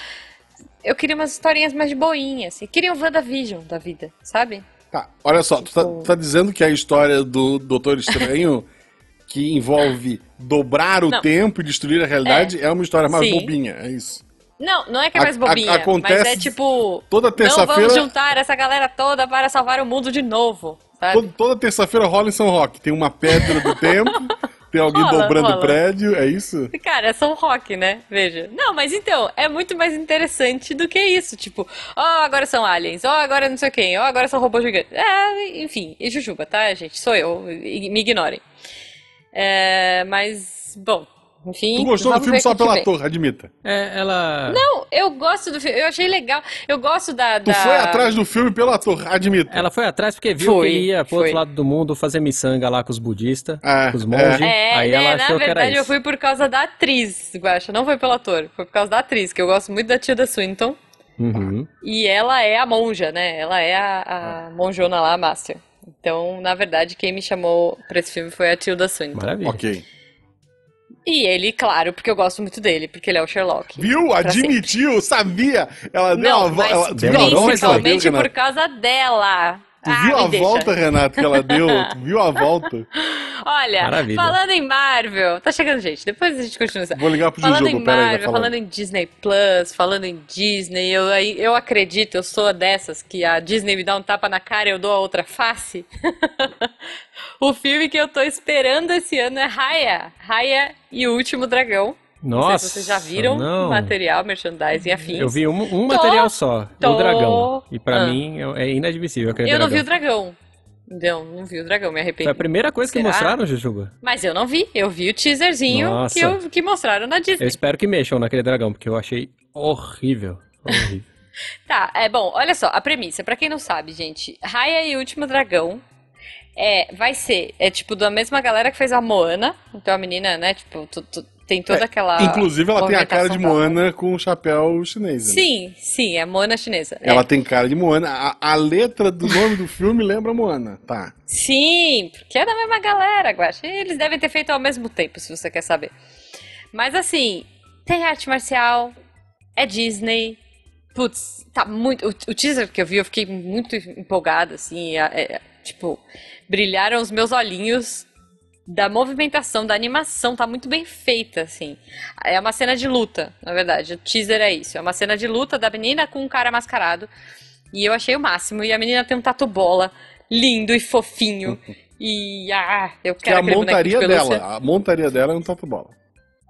Speaker 2: Eu queria umas historinhas mais de boinha, assim. Queria um WandaVision da vida, sabe?
Speaker 1: Tá, olha só, tu tá, tu tá dizendo que a história do Doutor Estranho, que envolve dobrar o
Speaker 2: Não.
Speaker 1: tempo e destruir a realidade, é, uma história mais
Speaker 2: Sim.
Speaker 1: bobinha, é isso.
Speaker 2: Não, não é que é
Speaker 1: A-
Speaker 2: mais bobinha,
Speaker 1: a-
Speaker 2: mas é
Speaker 1: acontece
Speaker 2: tipo,
Speaker 1: toda
Speaker 2: não vamos
Speaker 1: terça-feira-
Speaker 2: juntar essa galera toda para salvar o mundo de novo, sabe?
Speaker 1: Todo- toda terça-feira rola em São Roque, tem uma pedra do tempo, tem alguém
Speaker 2: Rola,
Speaker 1: dobrando o
Speaker 2: rola.
Speaker 1: prédio, é isso?
Speaker 2: Cara, é São Roque, né? Veja. Não, mas então, é muito mais interessante do que isso. Tipo, ó, agora são aliens, ó, agora não sei quem, ó, agora são robôs gigantes. É, enfim, e Jujuba, tá, gente? Sou eu, i- me ignorem. É, mas, bom, enfim.
Speaker 1: Tu gostou do
Speaker 2: vamos
Speaker 1: filme
Speaker 2: ver
Speaker 1: só
Speaker 2: o que
Speaker 1: pela
Speaker 2: vem.
Speaker 1: torre, admita.
Speaker 3: É, ela.
Speaker 2: Não, eu gosto do filme, eu achei legal. Eu gosto da.
Speaker 1: Tu foi atrás do filme pela torre, admita.
Speaker 3: Ela foi atrás porque viu
Speaker 2: Foi,
Speaker 3: que ele ia pro
Speaker 2: foi.
Speaker 3: outro lado do mundo fazer miçanga lá com os budistas,
Speaker 1: Ah,
Speaker 3: com os
Speaker 1: é.
Speaker 3: monges.
Speaker 2: É,
Speaker 3: aí
Speaker 2: né,
Speaker 3: ela achou
Speaker 2: na
Speaker 3: que era
Speaker 2: verdade eu
Speaker 3: isso.
Speaker 2: fui por causa da atriz, Guaxa, não foi pelo ator, foi por causa da atriz, que eu gosto muito da Tilda Swinton.
Speaker 3: Uhum.
Speaker 1: Ah.
Speaker 2: E ela é a monja, né? Ela é a, a monjona lá, a Master. Então, na verdade, quem me chamou pra esse filme foi a Tilda Swinton.
Speaker 3: Maravilha.
Speaker 1: Ok.
Speaker 2: E ele, claro, porque eu gosto muito dele, porque ele é o Sherlock.
Speaker 1: Viu?
Speaker 2: Pra sempre.
Speaker 1: Admitiu, sabia. Ela deu
Speaker 2: Não,
Speaker 1: a volta.
Speaker 2: mas
Speaker 1: Ela... Tu viu a volta que ela deu,
Speaker 2: principalmente por
Speaker 1: Renato?
Speaker 2: causa dela.
Speaker 1: Tu
Speaker 2: Ah,
Speaker 1: viu
Speaker 2: me
Speaker 1: a
Speaker 2: deixa.
Speaker 1: volta, Renato, que ela deu? Tu viu a volta?
Speaker 2: Olha,
Speaker 3: Maravilha.
Speaker 2: falando em Marvel, tá chegando gente, depois a gente continua. essa-
Speaker 1: Vou ligar pro
Speaker 3: Tipo
Speaker 2: Falando
Speaker 1: Jujuba,
Speaker 2: em
Speaker 1: peraí.
Speaker 2: Marvel,
Speaker 1: vai falando.
Speaker 2: falando em Disney Plus, falando em Disney, eu, aí- eu acredito, eu sou dessas que a Disney me dá um tapa na cara e eu dou a outra face. o filme que eu tô esperando esse ano é Raya, Raya e o Último Dragão. Não sei
Speaker 3: Nossa.
Speaker 2: se vocês já viram
Speaker 3: não.
Speaker 2: material, merchandising e afins.
Speaker 3: Eu vi um, um
Speaker 2: Tô-
Speaker 3: material só,
Speaker 2: tô-
Speaker 3: do dragão. E pra
Speaker 2: Ah.
Speaker 3: mim eu- é inadmissível aquele
Speaker 2: Eu não
Speaker 3: dragão.
Speaker 2: vi o dragão. Não, não vi o dragão, me
Speaker 3: Foi
Speaker 2: arrependi.
Speaker 3: a primeira coisa que
Speaker 2: Será?
Speaker 3: mostraram, Jujuba.
Speaker 2: Mas eu não vi, eu vi o teaserzinho
Speaker 3: Nossa.
Speaker 2: que, eu- que mostraram na Disney.
Speaker 3: Eu espero que mexam naquele dragão, porque eu achei horrível. horrível.
Speaker 2: Tá, é bom, olha só, a premissa, pra quem não sabe, gente, Raya e o Último Dragão é, vai ser, é tipo da mesma galera que fez a Moana, então a menina, né, tipo, tu- tu- tem toda
Speaker 1: É,
Speaker 2: aquela
Speaker 1: Inclusive, ela tem a cara de
Speaker 2: movimentação dela.
Speaker 1: Moana com o chapéu chinês. né?
Speaker 2: Sim, sim, é a Moana chinesa. é.
Speaker 1: Ela tem cara de Moana. A, a letra do nome do filme lembra Moana. Tá.
Speaker 2: Sim, porque é da mesma galera, Guaxa. Eles devem ter feito ao mesmo tempo, se você quer saber. Mas assim, tem arte marcial, é Disney. Putz, tá muito. O, o teaser que eu vi, eu fiquei muito empolgada, assim. é- é- tipo, brilharam os meus olhinhos da movimentação, da animação, tá muito bem feita, assim. É uma cena de luta, na verdade. O teaser é isso. É uma cena de luta da menina com um cara mascarado. E eu achei o máximo. E a menina tem um tatu bola lindo e fofinho. E ah, eu
Speaker 1: Que é
Speaker 2: quero
Speaker 1: a
Speaker 2: aquele bonequinho de
Speaker 1: montaria
Speaker 2: pelúcia.
Speaker 1: dela. A montaria dela é um tatu bola.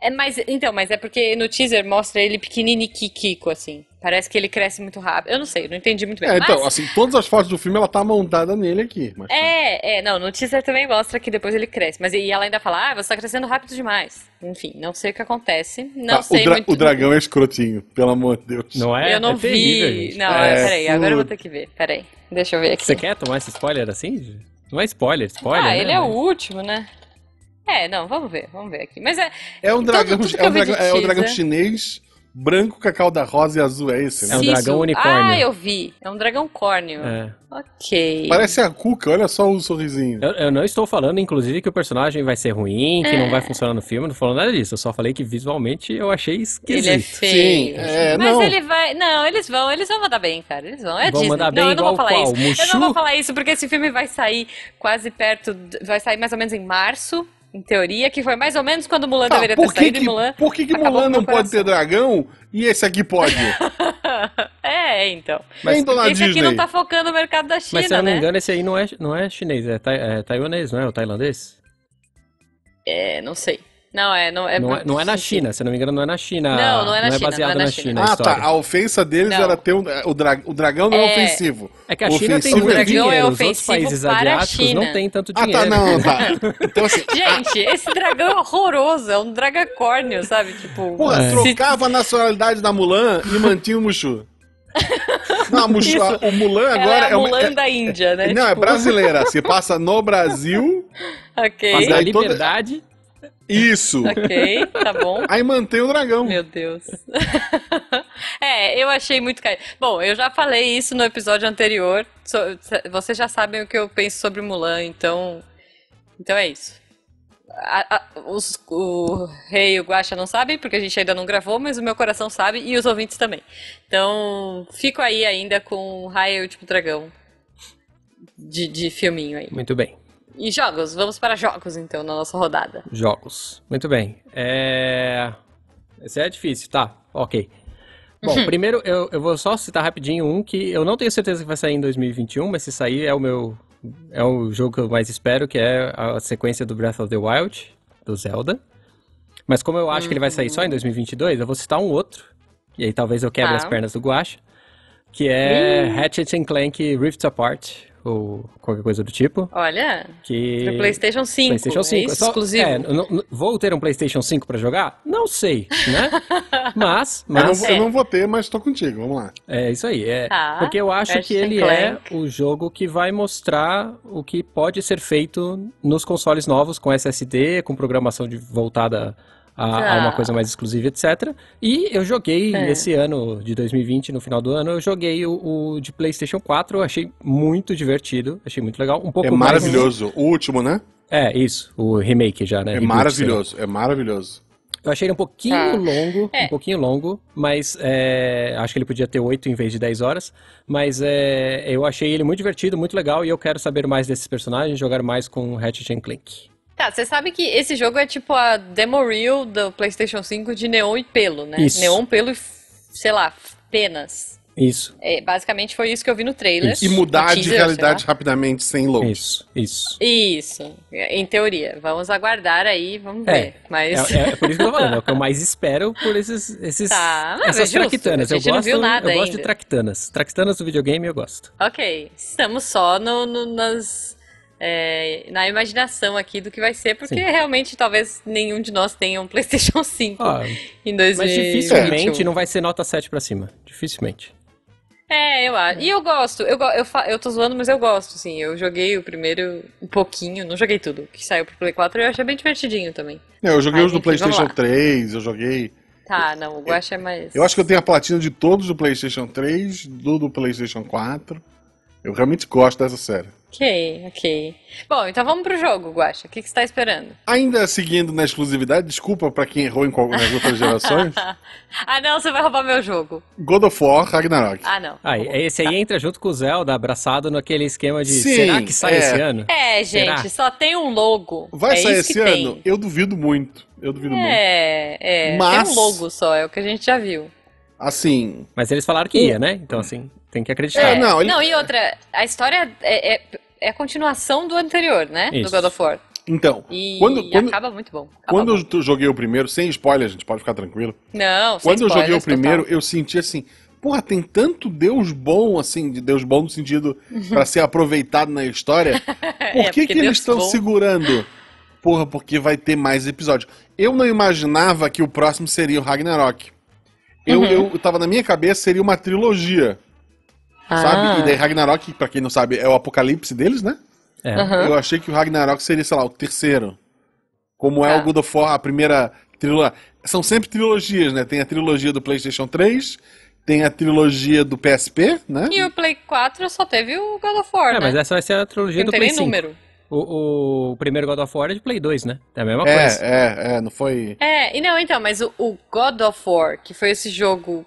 Speaker 2: É, mas, então, mas é porque no teaser mostra ele pequeniniquiquico, assim. Parece que ele cresce muito rápido. Eu não sei, não entendi muito bem.
Speaker 1: É, então,
Speaker 2: Mas-
Speaker 1: assim, todas as fotos do filme ela tá montada nele aqui. Mas tá.
Speaker 2: É, é, não, no teaser também mostra que depois ele cresce. Mas e ela ainda fala, ah, você tá crescendo rápido demais. Enfim, não sei o que acontece. Não
Speaker 1: Tá,
Speaker 2: sei
Speaker 1: o, dra-
Speaker 2: muito.
Speaker 1: o dragão é escrotinho, pelo amor de Deus.
Speaker 3: Não é?
Speaker 2: Eu não
Speaker 3: é
Speaker 2: vi. né?
Speaker 3: terrível, gente.
Speaker 2: Não,
Speaker 1: É,
Speaker 2: peraí, agora eu vou
Speaker 1: tudo.
Speaker 2: ter que ver. Peraí. Deixa eu ver aqui.
Speaker 3: Você quer tomar esse spoiler assim? Ju? Não é spoiler, spoiler.
Speaker 2: ah,
Speaker 3: né?
Speaker 2: ele é o
Speaker 3: Mas-
Speaker 2: último, né? É, não, vamos ver, vamos ver aqui. Mas é.
Speaker 1: É um
Speaker 2: Tudo-
Speaker 1: dragão,
Speaker 2: tudo que
Speaker 1: é um
Speaker 2: eu vi de né?
Speaker 1: dragão, é um dragão
Speaker 2: teaser.
Speaker 1: chinês, branco com a cauda rosa e azul, é esse, né?
Speaker 3: É um
Speaker 2: Sisu.
Speaker 3: dragão unicórnio.
Speaker 2: Ah, eu vi. É um dragão córneo.
Speaker 3: É.
Speaker 2: Ok.
Speaker 1: Parece a Cuca, olha só o sorrisinho.
Speaker 3: Eu, eu não estou falando, inclusive, que o personagem vai ser ruim,
Speaker 2: É.
Speaker 3: que não vai funcionar no filme, não falando nada disso. Eu só falei que visualmente eu achei esquisito.
Speaker 2: Ele é feio.
Speaker 1: Sim, é,
Speaker 2: Mas
Speaker 1: não.
Speaker 2: ele vai. Não, eles vão, eles vão mandar bem, cara. Eles vão. É
Speaker 3: Vão
Speaker 2: Disney.
Speaker 3: mandar bem
Speaker 2: não, eu não
Speaker 3: igual
Speaker 2: vou falar isso.
Speaker 3: qual?
Speaker 2: Eu não
Speaker 3: Mushu?
Speaker 2: vou falar isso porque esse filme vai sair quase perto. d- Vai sair mais ou menos em março, em teoria, que foi mais ou menos quando
Speaker 3: Ah,
Speaker 2: Mulan
Speaker 1: Tá,
Speaker 2: deveria ter
Speaker 1: por que
Speaker 2: saído
Speaker 1: que,
Speaker 2: e Mulan.
Speaker 1: por que que
Speaker 2: acabou
Speaker 1: Mulan
Speaker 2: com meu
Speaker 1: não pode ter dragão e esse aqui pode?
Speaker 2: é, então.
Speaker 3: Mas-
Speaker 1: Hein, dona
Speaker 2: Esse aqui
Speaker 1: Disney?
Speaker 2: não tá focando no mercado da China,
Speaker 3: Mas se eu não me
Speaker 2: né?
Speaker 3: engano, esse aí não é, não é chinês, é, tai, é taiwanês, não é? O tailandês?
Speaker 2: É, não sei. Não, é. Não é,
Speaker 3: não, é, não é na
Speaker 2: enfim.
Speaker 3: China, se eu não me engano, não é na China.
Speaker 2: Não, não é na China,
Speaker 3: baseado
Speaker 2: não é na
Speaker 3: na
Speaker 2: China.
Speaker 3: China. a
Speaker 1: Ah,
Speaker 3: história.
Speaker 1: tá. A ofensa deles
Speaker 2: Não.
Speaker 1: era ter um. O, dra- o dragão não é,
Speaker 2: É.
Speaker 1: ofensivo.
Speaker 3: É que a China tem
Speaker 1: Ofensivo
Speaker 3: muito
Speaker 1: é
Speaker 2: dragão
Speaker 3: dinheiro,
Speaker 2: é
Speaker 3: os outros
Speaker 2: ofensivo
Speaker 3: países
Speaker 2: para a
Speaker 3: asiáticos
Speaker 2: China.
Speaker 3: não têm tanto
Speaker 1: Ah,
Speaker 3: dinheiro.
Speaker 1: tá, não, não, tá. Então, assim,
Speaker 2: Gente, esse dragão é horroroso, é um dragacórnio, sabe? Tipo,
Speaker 1: porra,
Speaker 3: é.
Speaker 2: se-
Speaker 1: trocava a nacionalidade da Mulan e mantinha o Mushu. Não, a Mushu, a- o Mulan
Speaker 2: ela
Speaker 1: agora
Speaker 2: é a
Speaker 1: uma-
Speaker 2: Mulan da Índia, né?
Speaker 1: Não, é
Speaker 2: Tipo,
Speaker 1: brasileira. Se passa no Brasil,
Speaker 3: Mas é-
Speaker 2: Ok,
Speaker 1: Mas
Speaker 3: a
Speaker 1: aí toda-
Speaker 3: liberdade,
Speaker 1: isso.
Speaker 2: ok, tá bom.
Speaker 1: Aí mantém o dragão.
Speaker 2: Meu Deus. é, eu achei muito caro. Bom, eu já falei isso no episódio anterior. so- vocês já sabem o que eu penso sobre Mulan, então. Então é isso. A- a- os- o Rei e o Guaxa não sabem, porque a gente ainda não gravou, mas o meu coração sabe e os ouvintes também. Então, fico aí ainda com Raia e o Último Dragão de, de filminho aí.
Speaker 3: muito bem.
Speaker 2: E jogos, vamos para jogos então na nossa rodada.
Speaker 3: Jogos. Muito bem. É... Esse é difícil, tá? Ok. Bom, primeiro eu, eu vou só citar rapidinho um que eu não tenho certeza que vai sair em 2021, mas se sair é o meu. É o jogo que eu mais espero, que é a sequência do Breath of the Wild, do Zelda. Mas como eu acho que ele vai sair só em 2022, eu vou citar um outro. E aí talvez eu quebre
Speaker 2: Tá.
Speaker 3: as pernas do Guacha. Que é Ratchet and Clank Rift Apart, ou qualquer coisa do tipo.
Speaker 2: Olha,
Speaker 3: Que...
Speaker 2: pro PlayStation 5.
Speaker 3: PlayStation 5.
Speaker 2: É isso,
Speaker 3: Só-
Speaker 2: exclusivo.
Speaker 3: é, n- n- vou ter um PlayStation 5 pra jogar? Não sei, né?
Speaker 2: Tá.
Speaker 3: mas,
Speaker 1: Eu não,
Speaker 3: mas
Speaker 1: vou- eu não vou ter, mas tô contigo. Vamos lá.
Speaker 3: é isso aí. É,
Speaker 2: Tá,
Speaker 3: porque eu acho que
Speaker 2: Ratchet
Speaker 3: ele
Speaker 2: and
Speaker 3: é
Speaker 2: Clank.
Speaker 3: o jogo que vai mostrar o que pode ser feito nos consoles novos com SSD, com programação de- voltada a, a uma coisa mais exclusiva, etc. E eu joguei
Speaker 2: Tá. É.
Speaker 3: esse ano de 2020, no final do ano, eu joguei o, o de PlayStation 4, eu achei muito divertido, achei muito legal. Um pouco
Speaker 1: É
Speaker 3: mais-
Speaker 1: maravilhoso. O último, né?
Speaker 3: É, isso, o remake já, né?
Speaker 1: É
Speaker 3: reboot,
Speaker 1: maravilhoso, é maravilhoso.
Speaker 3: sei lá. Eu achei ele um pouquinho
Speaker 2: Ah.
Speaker 3: longo,
Speaker 2: É.
Speaker 3: um pouquinho longo, mas é, acho que ele podia ter 8 em vez de 10 horas. Mas é, eu achei ele muito divertido, muito legal, e eu quero saber mais desses personagens, jogar mais com o Ratchet and Clank.
Speaker 2: Tá, você sabe que esse jogo é tipo a demo reel do PlayStation 5 de neon e pelo, né?
Speaker 3: Isso.
Speaker 2: Neon, pelo e, f- sei lá, f- penas.
Speaker 3: Isso,
Speaker 2: É, basicamente foi isso que eu vi no trailer.
Speaker 3: Isso.
Speaker 1: E mudar
Speaker 2: No
Speaker 1: de
Speaker 2: teaser,
Speaker 1: realidade
Speaker 2: sei
Speaker 1: rapidamente sem load.
Speaker 3: isso, isso.
Speaker 2: lá. Isso, é, em teoria. Vamos aguardar aí, vamos
Speaker 3: É,
Speaker 2: ver. Mas.
Speaker 3: É, é- é por isso que eu tô falando, é o que eu mais espero por esses, esses
Speaker 2: Tá, mas é
Speaker 3: essas
Speaker 2: justo,
Speaker 3: traquitanas.
Speaker 2: a
Speaker 3: Eu
Speaker 2: gente não
Speaker 3: gosto,
Speaker 2: viu nada
Speaker 3: eu gosto de
Speaker 2: ainda.
Speaker 3: traquitanas. Traquitanas do videogame eu gosto.
Speaker 2: Ok, estamos só no, no- nas, é, na imaginação aqui do que vai ser, porque
Speaker 3: Sim.
Speaker 2: realmente talvez nenhum de nós tenha um PlayStation 5 em
Speaker 3: Ó, Ah, mas
Speaker 2: 2021.
Speaker 3: dificilmente não vai ser nota 7 pra cima. Dificilmente.
Speaker 2: É, eu acho. E eu gosto. Eu, go- eu, fa- eu tô zoando, mas eu gosto, sim. Eu joguei o primeiro um pouquinho, não joguei tudo, que saiu pro Play 4 e eu achei bem divertidinho também.
Speaker 1: É, eu joguei os
Speaker 2: Mas
Speaker 1: do
Speaker 2: enfim, vamos
Speaker 1: PlayStation
Speaker 2: lá.
Speaker 1: 3, eu joguei.
Speaker 2: Tá, não, o Guacha é mais.
Speaker 1: Eu acho que eu tenho a platina de todos do PlayStation 3, do do PlayStation 4. Eu realmente gosto dessa série.
Speaker 2: Ok, ok. Bom, então vamos pro jogo, Guacha. O que, que você tá esperando?
Speaker 1: Ainda seguindo na exclusividade, desculpa pra quem errou em qual- nas outras gerações.
Speaker 2: ah, não, você vai roubar meu jogo.
Speaker 1: God of War Ragnarok.
Speaker 2: Ah, não.
Speaker 3: Ah, e- esse aí entra junto com o Zelda, abraçado naquele esquema de
Speaker 1: Sim,
Speaker 3: será que sai
Speaker 1: é.
Speaker 3: esse ano?
Speaker 2: É,
Speaker 3: Será?
Speaker 2: gente, só tem um logo.
Speaker 1: Vai
Speaker 2: É
Speaker 1: sair
Speaker 2: isso
Speaker 1: esse
Speaker 2: que tem.
Speaker 1: ano? Eu duvido muito. Eu duvido muito.
Speaker 2: É, é.
Speaker 1: Mas-
Speaker 2: Tem um logo só, é o que a gente já viu.
Speaker 1: Assim,
Speaker 3: Mas eles falaram que ia, né? Então assim, tem que acreditar.
Speaker 1: É, não, ele-
Speaker 2: e outra, a história é, é, é a continuação do anterior, né?
Speaker 3: Isso.
Speaker 2: Do God of War.
Speaker 1: então,
Speaker 2: E
Speaker 1: quando, quando,
Speaker 2: acaba muito bom. Acaba
Speaker 1: quando
Speaker 2: bom.
Speaker 1: eu t- joguei o primeiro, sem spoiler, gente, pode ficar tranquilo.
Speaker 2: Não, sem
Speaker 1: Quando eu joguei o
Speaker 2: spoilers,
Speaker 1: primeiro,
Speaker 2: total.
Speaker 1: eu senti assim, porra, tem tanto Deus bom, assim, de Deus bom no sentido pra ser aproveitado na história. Por
Speaker 2: É,
Speaker 1: que,
Speaker 2: porque
Speaker 1: que
Speaker 2: Deus
Speaker 1: eles estão
Speaker 2: bom.
Speaker 1: segurando? Porra, porque vai ter mais episódio. Eu não imaginava que o próximo seria o Ragnarok.
Speaker 2: Uhum.
Speaker 1: Eu, eu tava na minha cabeça, seria uma trilogia, Ah.
Speaker 2: Ah.
Speaker 1: sabe? E daí Ragnarok, pra quem não sabe, é o apocalipse deles, né?
Speaker 3: É.
Speaker 2: Aham.
Speaker 1: Eu achei que o Ragnarok seria, sei lá, o terceiro. Como é
Speaker 2: Tá.
Speaker 1: o God of War, a primeira trilogia. São sempre trilogias, né? Tem a trilogia do PlayStation 3, tem a trilogia do PSP, né?
Speaker 2: E o Play 4 só teve o God of War,
Speaker 3: É,
Speaker 2: né?
Speaker 3: mas essa vai ser a trilogia
Speaker 2: Que
Speaker 3: do
Speaker 2: não tem
Speaker 3: Play
Speaker 2: nem
Speaker 3: 5.
Speaker 2: número.
Speaker 3: O, o primeiro God of War é de Play 2, né? É a mesma
Speaker 1: É,
Speaker 3: coisa.
Speaker 1: é, é, não foi.
Speaker 2: É, e não, então, mas o, o God of War, que foi esse jogo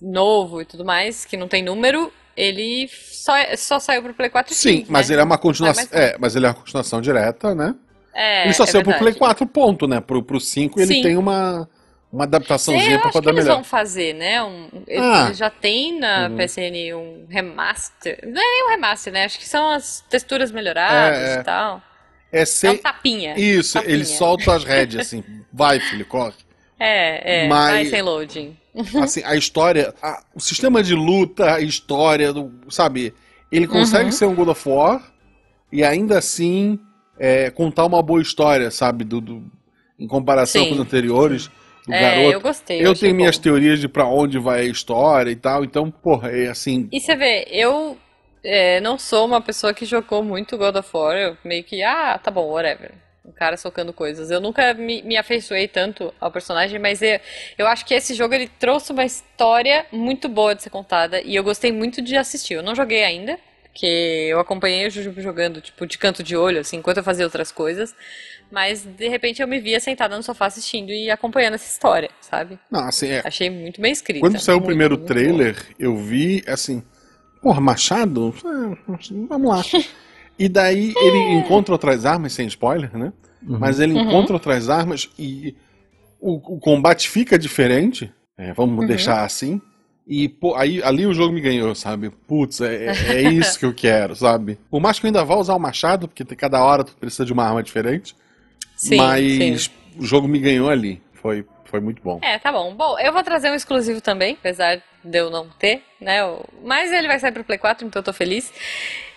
Speaker 2: novo e tudo mais, que não tem número, ele só, só saiu pro Play 4 e
Speaker 1: Sim,
Speaker 2: 5,
Speaker 1: mas
Speaker 2: né?
Speaker 1: ele é uma continuação.
Speaker 2: Vai mais
Speaker 1: É, mas ele é uma continuação direta, né?
Speaker 2: É,
Speaker 1: ele só
Speaker 2: é
Speaker 1: saiu pro Play
Speaker 2: verdade.
Speaker 1: 4, ponto, né? Pro, pro 5 ele
Speaker 2: Sim.
Speaker 1: tem uma, uma
Speaker 2: É,
Speaker 1: adaptaçãozinha
Speaker 2: eu
Speaker 1: pra
Speaker 2: acho que
Speaker 1: poder
Speaker 2: eles
Speaker 1: melhor.
Speaker 2: vão fazer, né? Um, eles-
Speaker 1: Ah. Uhum.
Speaker 2: eles já tem na PSN um remaster. Não é nem um remaster, né? Acho que são as texturas melhoradas
Speaker 1: É, é.
Speaker 2: e tal.
Speaker 1: É
Speaker 2: É
Speaker 1: sem...
Speaker 2: um tapinha.
Speaker 1: Isso,
Speaker 2: tapinha.
Speaker 1: ele solta as rédeas, assim. Vai, filho, corre.
Speaker 2: É, é.
Speaker 1: Mas-
Speaker 2: Vai sem loading.
Speaker 1: Assim, a história, a- o sistema de luta, a história, do- sabe? Ele consegue
Speaker 2: Uhum.
Speaker 1: ser um God of War e ainda assim é, contar uma boa história, sabe? Do, do- em comparação
Speaker 2: Sim.
Speaker 1: com os anteriores, do
Speaker 2: é, eu
Speaker 1: garoto.
Speaker 2: gostei.
Speaker 1: Eu,
Speaker 2: achei
Speaker 1: tenho minhas
Speaker 2: bom.
Speaker 1: teorias de pra onde vai a história e tal, então, porra, é assim.
Speaker 2: E você vê, eu é, não sou uma pessoa que jogou muito God of War. Eu meio que, ah, tá bom, whatever. Um cara socando coisas. Eu nunca me, me afeiçoei tanto ao personagem, mas eu, eu acho que esse jogo ele trouxe uma história muito boa de ser contada e eu gostei muito de assistir. Eu não joguei ainda, porque eu acompanhei o Jujubo jogando, tipo, de canto de olho, assim, enquanto eu fazia outras coisas. Mas de repente eu me via sentada no sofá assistindo e acompanhando essa história, sabe?
Speaker 1: Não, assim, é,
Speaker 2: Achei muito bem escrita.
Speaker 1: Quando saiu o
Speaker 2: Muito,
Speaker 1: primeiro
Speaker 2: né? muito boa.
Speaker 1: trailer, eu vi assim, porra, Machado? Ah, Vamos lá. E daí ele encontra outras armas, sem spoiler, né?
Speaker 3: Uhum.
Speaker 1: Mas ele encontra outras armas e o, o combate fica diferente. é, vamos
Speaker 2: Uhum.
Speaker 1: deixar assim. E pô, aí, ali o jogo me ganhou, sabe? Putz, é, é- é isso que eu quero, sabe? Por mais que eu ainda vá usar o machado, porque tem- cada hora tu precisa de uma arma diferente.
Speaker 2: Sim, sim.
Speaker 1: mas o jogo me ganhou ali. Foi, foi muito bom.
Speaker 2: É, tá bom. Bom, eu vou trazer um exclusivo também, apesar de eu não ter, né? o- Mas ele vai sair pro Play 4, então eu tô feliz.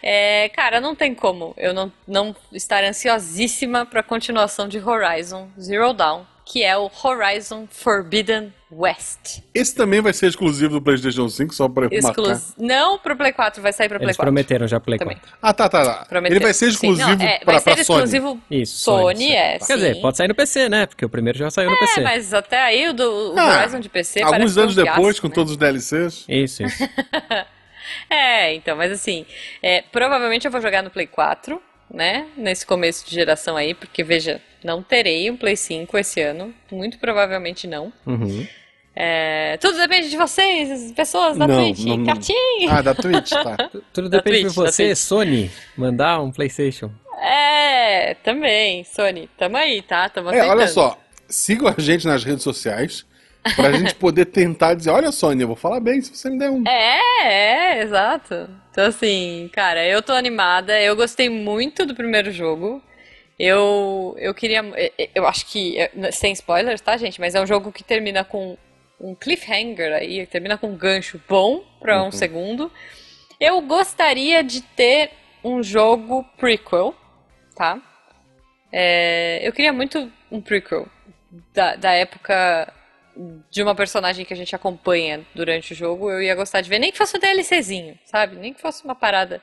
Speaker 2: É, cara, não tem como eu não, não estar ansiosíssima pra continuação de Horizon Zero Dawn, que é o Horizon Forbidden West.
Speaker 1: Esse também vai ser exclusivo do PlayStation 5, só pra
Speaker 2: Exclu...
Speaker 1: marcar.
Speaker 2: Não pro Play 4, vai sair pro Play
Speaker 3: Eles
Speaker 2: 4.
Speaker 3: prometeram já Play
Speaker 2: Também.
Speaker 3: 4.
Speaker 1: Ah, tá, tá, tá.
Speaker 2: Prometeu.
Speaker 1: Ele vai ser
Speaker 2: Sim, não,
Speaker 1: exclusivo
Speaker 2: é,
Speaker 1: pra,
Speaker 2: Vai
Speaker 1: pra
Speaker 2: ser
Speaker 1: Sony.
Speaker 2: exclusivo
Speaker 3: Isso,
Speaker 2: Sony,
Speaker 3: Sony,
Speaker 2: é.
Speaker 3: Quer dizer,
Speaker 2: sim.
Speaker 3: pode sair no PC, né? Porque o primeiro já saiu no PC.
Speaker 2: É, mas até aí o, do, o
Speaker 1: Ah,
Speaker 2: Horizon de PC
Speaker 1: Alguns
Speaker 2: parece
Speaker 1: anos
Speaker 2: um
Speaker 1: depois,
Speaker 2: fiasco,
Speaker 1: com
Speaker 2: né?
Speaker 1: todos os DLCs.
Speaker 3: Isso, isso.
Speaker 2: É, então, mas assim, é, provavelmente eu vou jogar no Play 4, né? Nesse começo de geração aí, porque veja, não terei um Play 5 esse ano, muito provavelmente não.
Speaker 3: Uhum.
Speaker 2: É, tudo depende de vocês, pessoas da
Speaker 1: Não,
Speaker 2: Twitch,
Speaker 1: não, não.
Speaker 2: Cartinho!
Speaker 1: Ah, da Twitch, tá.
Speaker 3: Tu- Tudo
Speaker 2: Da
Speaker 3: depende
Speaker 2: Twitch,
Speaker 3: de você,
Speaker 2: da Twitch.
Speaker 3: Sony, mandar um PlayStation.
Speaker 2: É, também, Sony, tamo aí, tá? Tamo
Speaker 1: É, olha
Speaker 2: aceitando.
Speaker 1: só, sigam a gente nas redes sociais pra gente poder tentar dizer, olha, Sony, eu vou falar bem se você me der um.
Speaker 2: É, é, exato. Então, assim, cara, eu tô animada. Eu gostei muito do primeiro jogo. Eu, eu queria. é, Eu acho que. Sem spoilers, tá, gente? Mas é um jogo que termina com um cliffhanger aí, termina com um gancho bom pra um
Speaker 1: Uhum.
Speaker 2: segundo. Eu gostaria de ter um jogo prequel, tá? É, eu queria muito um prequel da, da época de uma personagem que a gente acompanha durante o jogo, eu ia gostar de ver. Nem que fosse um DLCzinho, sabe? Nem que fosse uma parada.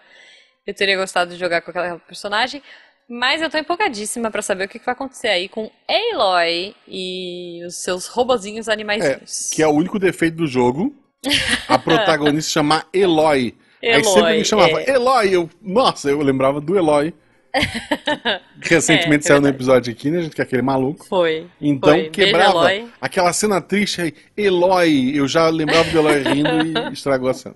Speaker 2: Eu teria gostado de jogar com aquela personagem. Mas eu tô empolgadíssima pra saber o que que vai acontecer aí com Aloy e os seus robozinhos animaizinhos.
Speaker 1: Que é o único defeito do jogo. A protagonista se chamar Eloy. Aí sempre
Speaker 2: Aloy,
Speaker 1: me chamava
Speaker 2: é.
Speaker 1: Eloy. Eu, nossa, eu lembrava do Eloy. Recentemente
Speaker 2: É, é
Speaker 1: saiu no
Speaker 2: verdade.
Speaker 1: episódio aqui, né, gente? Que é aquele maluco.
Speaker 2: Foi.
Speaker 1: Então
Speaker 2: foi. Beijo,
Speaker 1: quebrava
Speaker 2: Aloy.
Speaker 1: aquela cena triste aí, Eloy. Eu já lembrava do Eloy rindo e estragou a cena.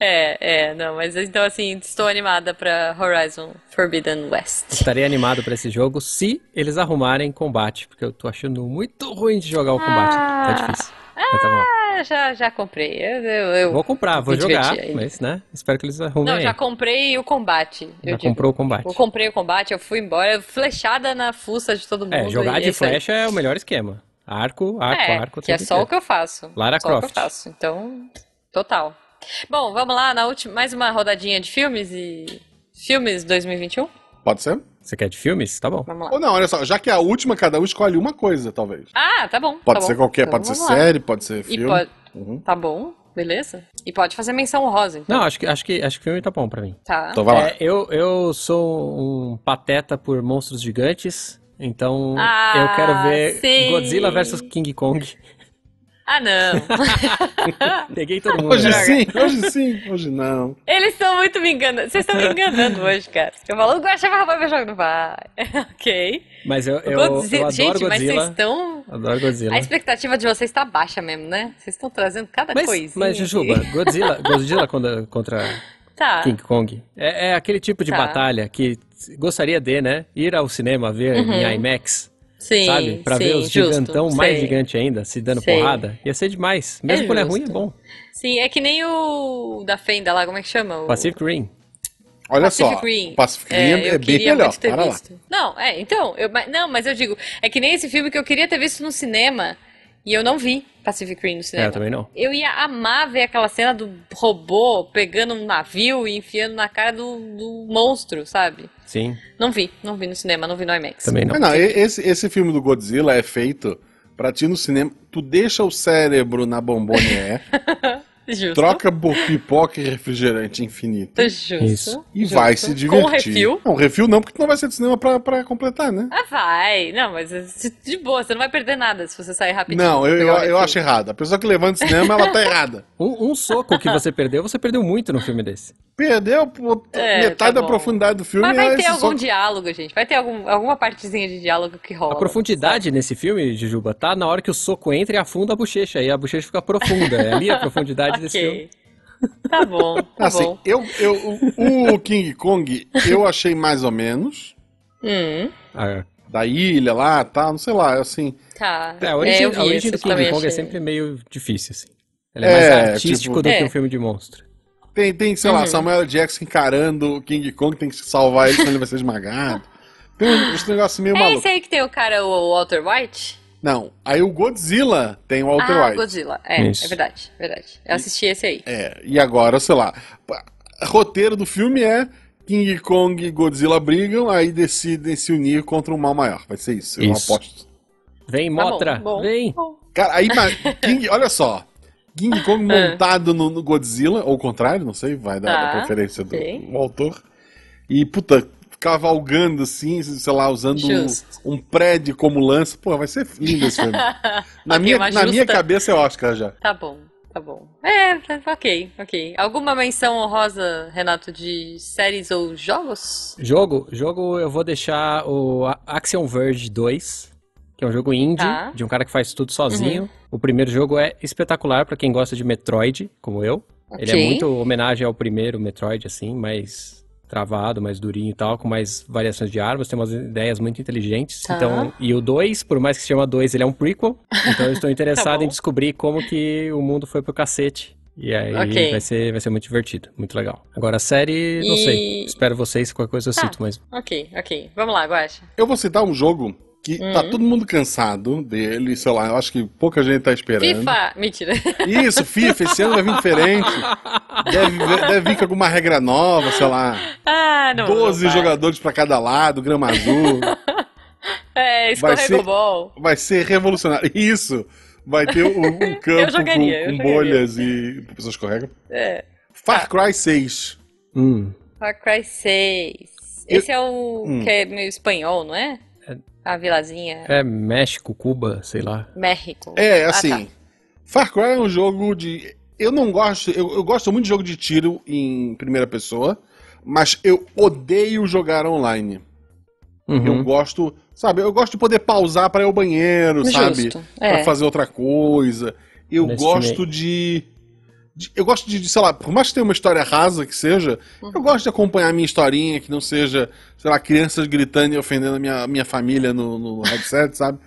Speaker 2: É, é, não, mas então assim, estou animada pra Horizon Forbidden West.
Speaker 3: Estarei animado pra esse jogo se eles arrumarem combate, porque eu tô achando muito ruim de jogar o combate. Tá
Speaker 2: Ah.
Speaker 3: difícil. Mas tá bom.
Speaker 2: Ah, já, já comprei. Eu, eu, eu-
Speaker 3: Vou comprar, vou
Speaker 2: Me
Speaker 3: jogar,
Speaker 2: diverti ainda.
Speaker 3: mas, né? Espero que eles arrumem.
Speaker 2: Não, já
Speaker 3: aí.
Speaker 2: comprei o combate.
Speaker 3: Já
Speaker 2: eu digo.
Speaker 3: comprou o combate.
Speaker 2: Eu comprei o combate, eu fui embora, flechada na fuça de todo mundo.
Speaker 3: É, jogar
Speaker 2: e
Speaker 3: de
Speaker 2: isso aí.
Speaker 3: flecha é o melhor esquema. Arco, arco,
Speaker 2: É,
Speaker 3: arco.
Speaker 2: que é só o que eu faço.
Speaker 3: Lara
Speaker 2: só o que eu
Speaker 3: Croft.
Speaker 2: faço. Então, total. Bom, vamos lá na última, mais uma rodadinha de filmes e filmes 2021.
Speaker 1: Pode ser?
Speaker 3: Você quer de filmes? Tá bom.
Speaker 2: Vamos lá.
Speaker 1: Ou não, olha só, já que é a última, cada um escolhe uma coisa, talvez.
Speaker 2: Ah, tá bom.
Speaker 1: Pode
Speaker 2: tá
Speaker 1: ser
Speaker 2: bom.
Speaker 1: qualquer,
Speaker 2: Então,
Speaker 1: pode ser
Speaker 2: vamos lá.
Speaker 1: série, pode ser
Speaker 2: E
Speaker 1: filme.
Speaker 2: pode-
Speaker 1: Uhum.
Speaker 2: Tá bom, beleza? E pode fazer menção rosa, então.
Speaker 3: Não, acho que, acho que, acho que filme tá bom pra mim.
Speaker 2: Tá.
Speaker 1: Então vai lá.
Speaker 3: É, eu, eu sou um pateta por monstros gigantes, então
Speaker 2: Ah,
Speaker 3: eu quero ver
Speaker 2: sim.
Speaker 3: Godzilla versus King Kong.
Speaker 2: Ah, não.
Speaker 3: Peguei
Speaker 2: Tá
Speaker 3: todo mundo.
Speaker 1: Hoje
Speaker 3: né?
Speaker 2: Droga.
Speaker 1: sim, hoje sim, hoje não.
Speaker 2: Eles estão muito me enganando. Vocês estão me enganando hoje, cara. Eu falo, o Guaxa vai roubar meu jogo. Não vai. ok.
Speaker 3: Mas eu, eu, eu
Speaker 2: Godzi-
Speaker 3: adoro
Speaker 2: Gente, mas vocês
Speaker 3: Godzilla.
Speaker 2: estão.
Speaker 3: Adoro Godzilla.
Speaker 2: A expectativa de vocês tá baixa mesmo, né? Vocês estão trazendo cada coisinha.
Speaker 3: Mas, mas Jujuba,
Speaker 2: aqui.
Speaker 3: Godzilla, Godzilla contra, contra
Speaker 2: Tá.
Speaker 3: King Kong é, é aquele tipo de
Speaker 2: Tá.
Speaker 3: batalha que gostaria de, né? Ir ao cinema ver
Speaker 2: Uhum.
Speaker 3: em IMAX,
Speaker 2: Sim.
Speaker 3: sabe? Pra ver
Speaker 2: sim,
Speaker 3: os
Speaker 2: justo,
Speaker 3: gigantão mais
Speaker 2: sei.
Speaker 3: gigante ainda, se dando
Speaker 2: Sei.
Speaker 3: porrada. Ia ser demais. Mesmo quando é ruim, é
Speaker 2: justo.
Speaker 3: bom.
Speaker 2: Sim, é que nem o da Fenda lá, como é que chama? O...
Speaker 3: Pacific Rim.
Speaker 1: Olha
Speaker 2: Pacific
Speaker 1: só,
Speaker 2: Rim.
Speaker 1: Pacific Rim é,
Speaker 2: eu
Speaker 1: bem
Speaker 2: queria
Speaker 1: melhor.
Speaker 2: muito ter
Speaker 1: Para lá.
Speaker 2: visto. Não, é, então, eu, mas, não, mas eu digo, é que nem esse filme que eu queria ter visto no cinema e eu não vi Pacific Rim no
Speaker 3: É,
Speaker 2: cinema.
Speaker 3: eu também não.
Speaker 2: Eu ia amar ver aquela cena do robô pegando um navio e enfiando na cara do, do monstro, sabe?
Speaker 3: Sim,
Speaker 2: Não vi, não vi no cinema, não vi no IMAX.
Speaker 3: também não.
Speaker 1: Mas não, e- esse, esse filme do Godzilla é feito pra ti no cinema. Tu deixa o cérebro na bombonier,
Speaker 2: Justo.
Speaker 1: troca por pipoca e refrigerante infinito.
Speaker 2: Justo.
Speaker 3: Isso.
Speaker 1: E
Speaker 2: justo.
Speaker 1: vai se divertir.
Speaker 2: Com refil.
Speaker 1: Não, refil não, porque tu não vai ser de cinema pra, pra completar, né?
Speaker 2: Ah, vai. Não, mas de boa, você não vai perder nada se você sair rapidinho.
Speaker 1: Não, eu,
Speaker 2: pegar
Speaker 1: eu,
Speaker 2: o
Speaker 1: eu
Speaker 2: refil.
Speaker 1: acho errado. A pessoa que levanta o cinema, ela tá errada.
Speaker 3: Um, um soco que você perdeu, você perdeu muito no filme desse.
Speaker 1: Perdeu pô,
Speaker 2: É, tá
Speaker 1: metade da
Speaker 2: bom.
Speaker 1: profundidade do filme.
Speaker 2: Mas
Speaker 1: é
Speaker 2: vai ter
Speaker 1: esse
Speaker 2: algum
Speaker 1: soco.
Speaker 2: diálogo, gente. Vai ter algum, alguma partezinha de diálogo que rola.
Speaker 3: A profundidade nesse filme, Jujuba, tá na hora que o soco entra e afunda a bochecha. E a bochecha fica profunda. É ali a profundidade desse filme.
Speaker 2: Ok. Tá bom, tá
Speaker 1: Assim,
Speaker 2: bom.
Speaker 1: eu, eu, o, o King Kong eu achei mais ou menos.
Speaker 2: Hum,
Speaker 3: Ah,
Speaker 1: Da ilha lá, tá, não sei lá, assim.
Speaker 2: tá.
Speaker 3: é, a origem,
Speaker 2: eu vi
Speaker 3: a origem
Speaker 2: isso,
Speaker 3: do King
Speaker 2: também
Speaker 3: Kong é
Speaker 2: achei.
Speaker 3: sempre meio difícil, assim. Ele é, mais
Speaker 1: É,
Speaker 3: artístico
Speaker 1: tipo-
Speaker 3: do que
Speaker 2: É.
Speaker 3: um filme de monstro.
Speaker 1: Tem, tem sei
Speaker 2: Uhum.
Speaker 1: lá, Samuel L. Jackson encarando o King Kong, tem que salvar ele, senão ele vai ser esmagado. Tem um- esse negócio meio
Speaker 2: É esse
Speaker 1: maluco.
Speaker 2: aí que tem o cara, o Walter White?
Speaker 1: Não, aí o Godzilla tem o Walter
Speaker 2: ah,
Speaker 1: White.
Speaker 2: Godzilla. É,
Speaker 3: Isso.
Speaker 2: é verdade, verdade. Eu assisti esse aí. Tá
Speaker 1: É, e agora, sei lá. pa- Roteiro do filme é King Kong e Godzilla brigam, aí decidem se unir contra um mal maior. Vai ser isso, eu
Speaker 3: Isso.
Speaker 1: aposto.
Speaker 3: Vem, Motra,
Speaker 2: Tá bom, bom.
Speaker 3: vem.
Speaker 2: Bom.
Speaker 1: Cara, aí, mas King, olha só. King Kong
Speaker 2: Ah.
Speaker 1: montado no, no Godzilla, ou o contrário, não sei, vai dar da
Speaker 2: Tá,
Speaker 1: preferência do,
Speaker 2: ok.
Speaker 1: do autor. E, puta, cavalgando assim, sei lá, usando
Speaker 2: Justo.
Speaker 1: um prédio como lança. Pô, vai ser lindo esse filme. Na,
Speaker 2: Ok,
Speaker 1: minha,
Speaker 2: uma
Speaker 1: na minha
Speaker 2: justa.
Speaker 1: cabeça é Oscar já.
Speaker 2: Tá bom, tá bom. É, tá- ok, ok. Alguma menção honrosa, Renato, de séries ou jogos?
Speaker 3: Jogo, jogo eu vou deixar o A- Axiom Verge 2, que é um jogo indie,
Speaker 2: Tá. Uhum.
Speaker 3: de um cara que faz tudo sozinho. O primeiro jogo é espetacular pra quem gosta de Metroid, como eu. Ele é
Speaker 2: Ok.
Speaker 3: muito homenagem ao primeiro Metroid, assim, mais travado, mais durinho e tal, com mais variações de armas, tem umas ideias muito inteligentes.
Speaker 2: Tá.
Speaker 3: Então, e o 2, por mais que se chama 2, ele é um prequel. Então eu estou interessado
Speaker 2: Tá bom.
Speaker 3: em descobrir como que o mundo foi pro cacete. E aí
Speaker 2: Ok.
Speaker 3: vai, ser, vai ser muito divertido, muito legal. Agora a série, não
Speaker 2: E-
Speaker 3: sei. Espero vocês, qualquer coisa eu
Speaker 2: Tá.
Speaker 3: cito, mas
Speaker 2: Ok, ok. Vamos lá, Guaxa.
Speaker 1: Eu vou citar um jogo que tá
Speaker 2: Hum.
Speaker 1: todo mundo cansado dele, sei lá, eu acho que pouca gente tá esperando.
Speaker 2: FIFA! Mentira.
Speaker 1: Isso, FIFA, esse ano vai vir diferente. Deve, deve vir com alguma regra nova, sei lá.
Speaker 2: Ah, não.
Speaker 1: 12
Speaker 2: não vai.
Speaker 1: jogadores pra cada lado, grama azul.
Speaker 2: É,
Speaker 1: Vai ser-
Speaker 2: escorregou bom.
Speaker 1: Vai ser revolucionário. Isso! Vai ter um, um campo
Speaker 2: jogaria, eu
Speaker 1: com, com
Speaker 2: jogaria.
Speaker 1: bolhas e. Pessoas corregam.
Speaker 2: É.
Speaker 1: Far Cry 6.
Speaker 3: Hum,
Speaker 2: Far Cry 6. Esse é o
Speaker 1: Hum.
Speaker 2: que é meio espanhol, não é? A vilazinha.
Speaker 3: é México, Cuba, sei lá.
Speaker 2: México.
Speaker 1: É,
Speaker 2: Ah,
Speaker 1: assim.
Speaker 2: tá.
Speaker 1: Far Cry é um jogo de. Eu não gosto. Eu, eu gosto muito de jogo de tiro em primeira pessoa, mas eu odeio jogar online.
Speaker 3: Uhum.
Speaker 1: Eu gosto. Sabe, eu gosto de poder pausar pra ir ao banheiro, sabe?
Speaker 2: Justo.
Speaker 1: Pra
Speaker 2: É.
Speaker 1: fazer outra coisa. Eu
Speaker 3: Nesse
Speaker 1: gosto de, de- Eu gosto de, de, sei lá, por mais que tenha uma história rasa que seja, eu gosto de acompanhar a minha historinha, que não seja, sei lá, crianças gritando e ofendendo a minha, minha família no, no headset, sabe?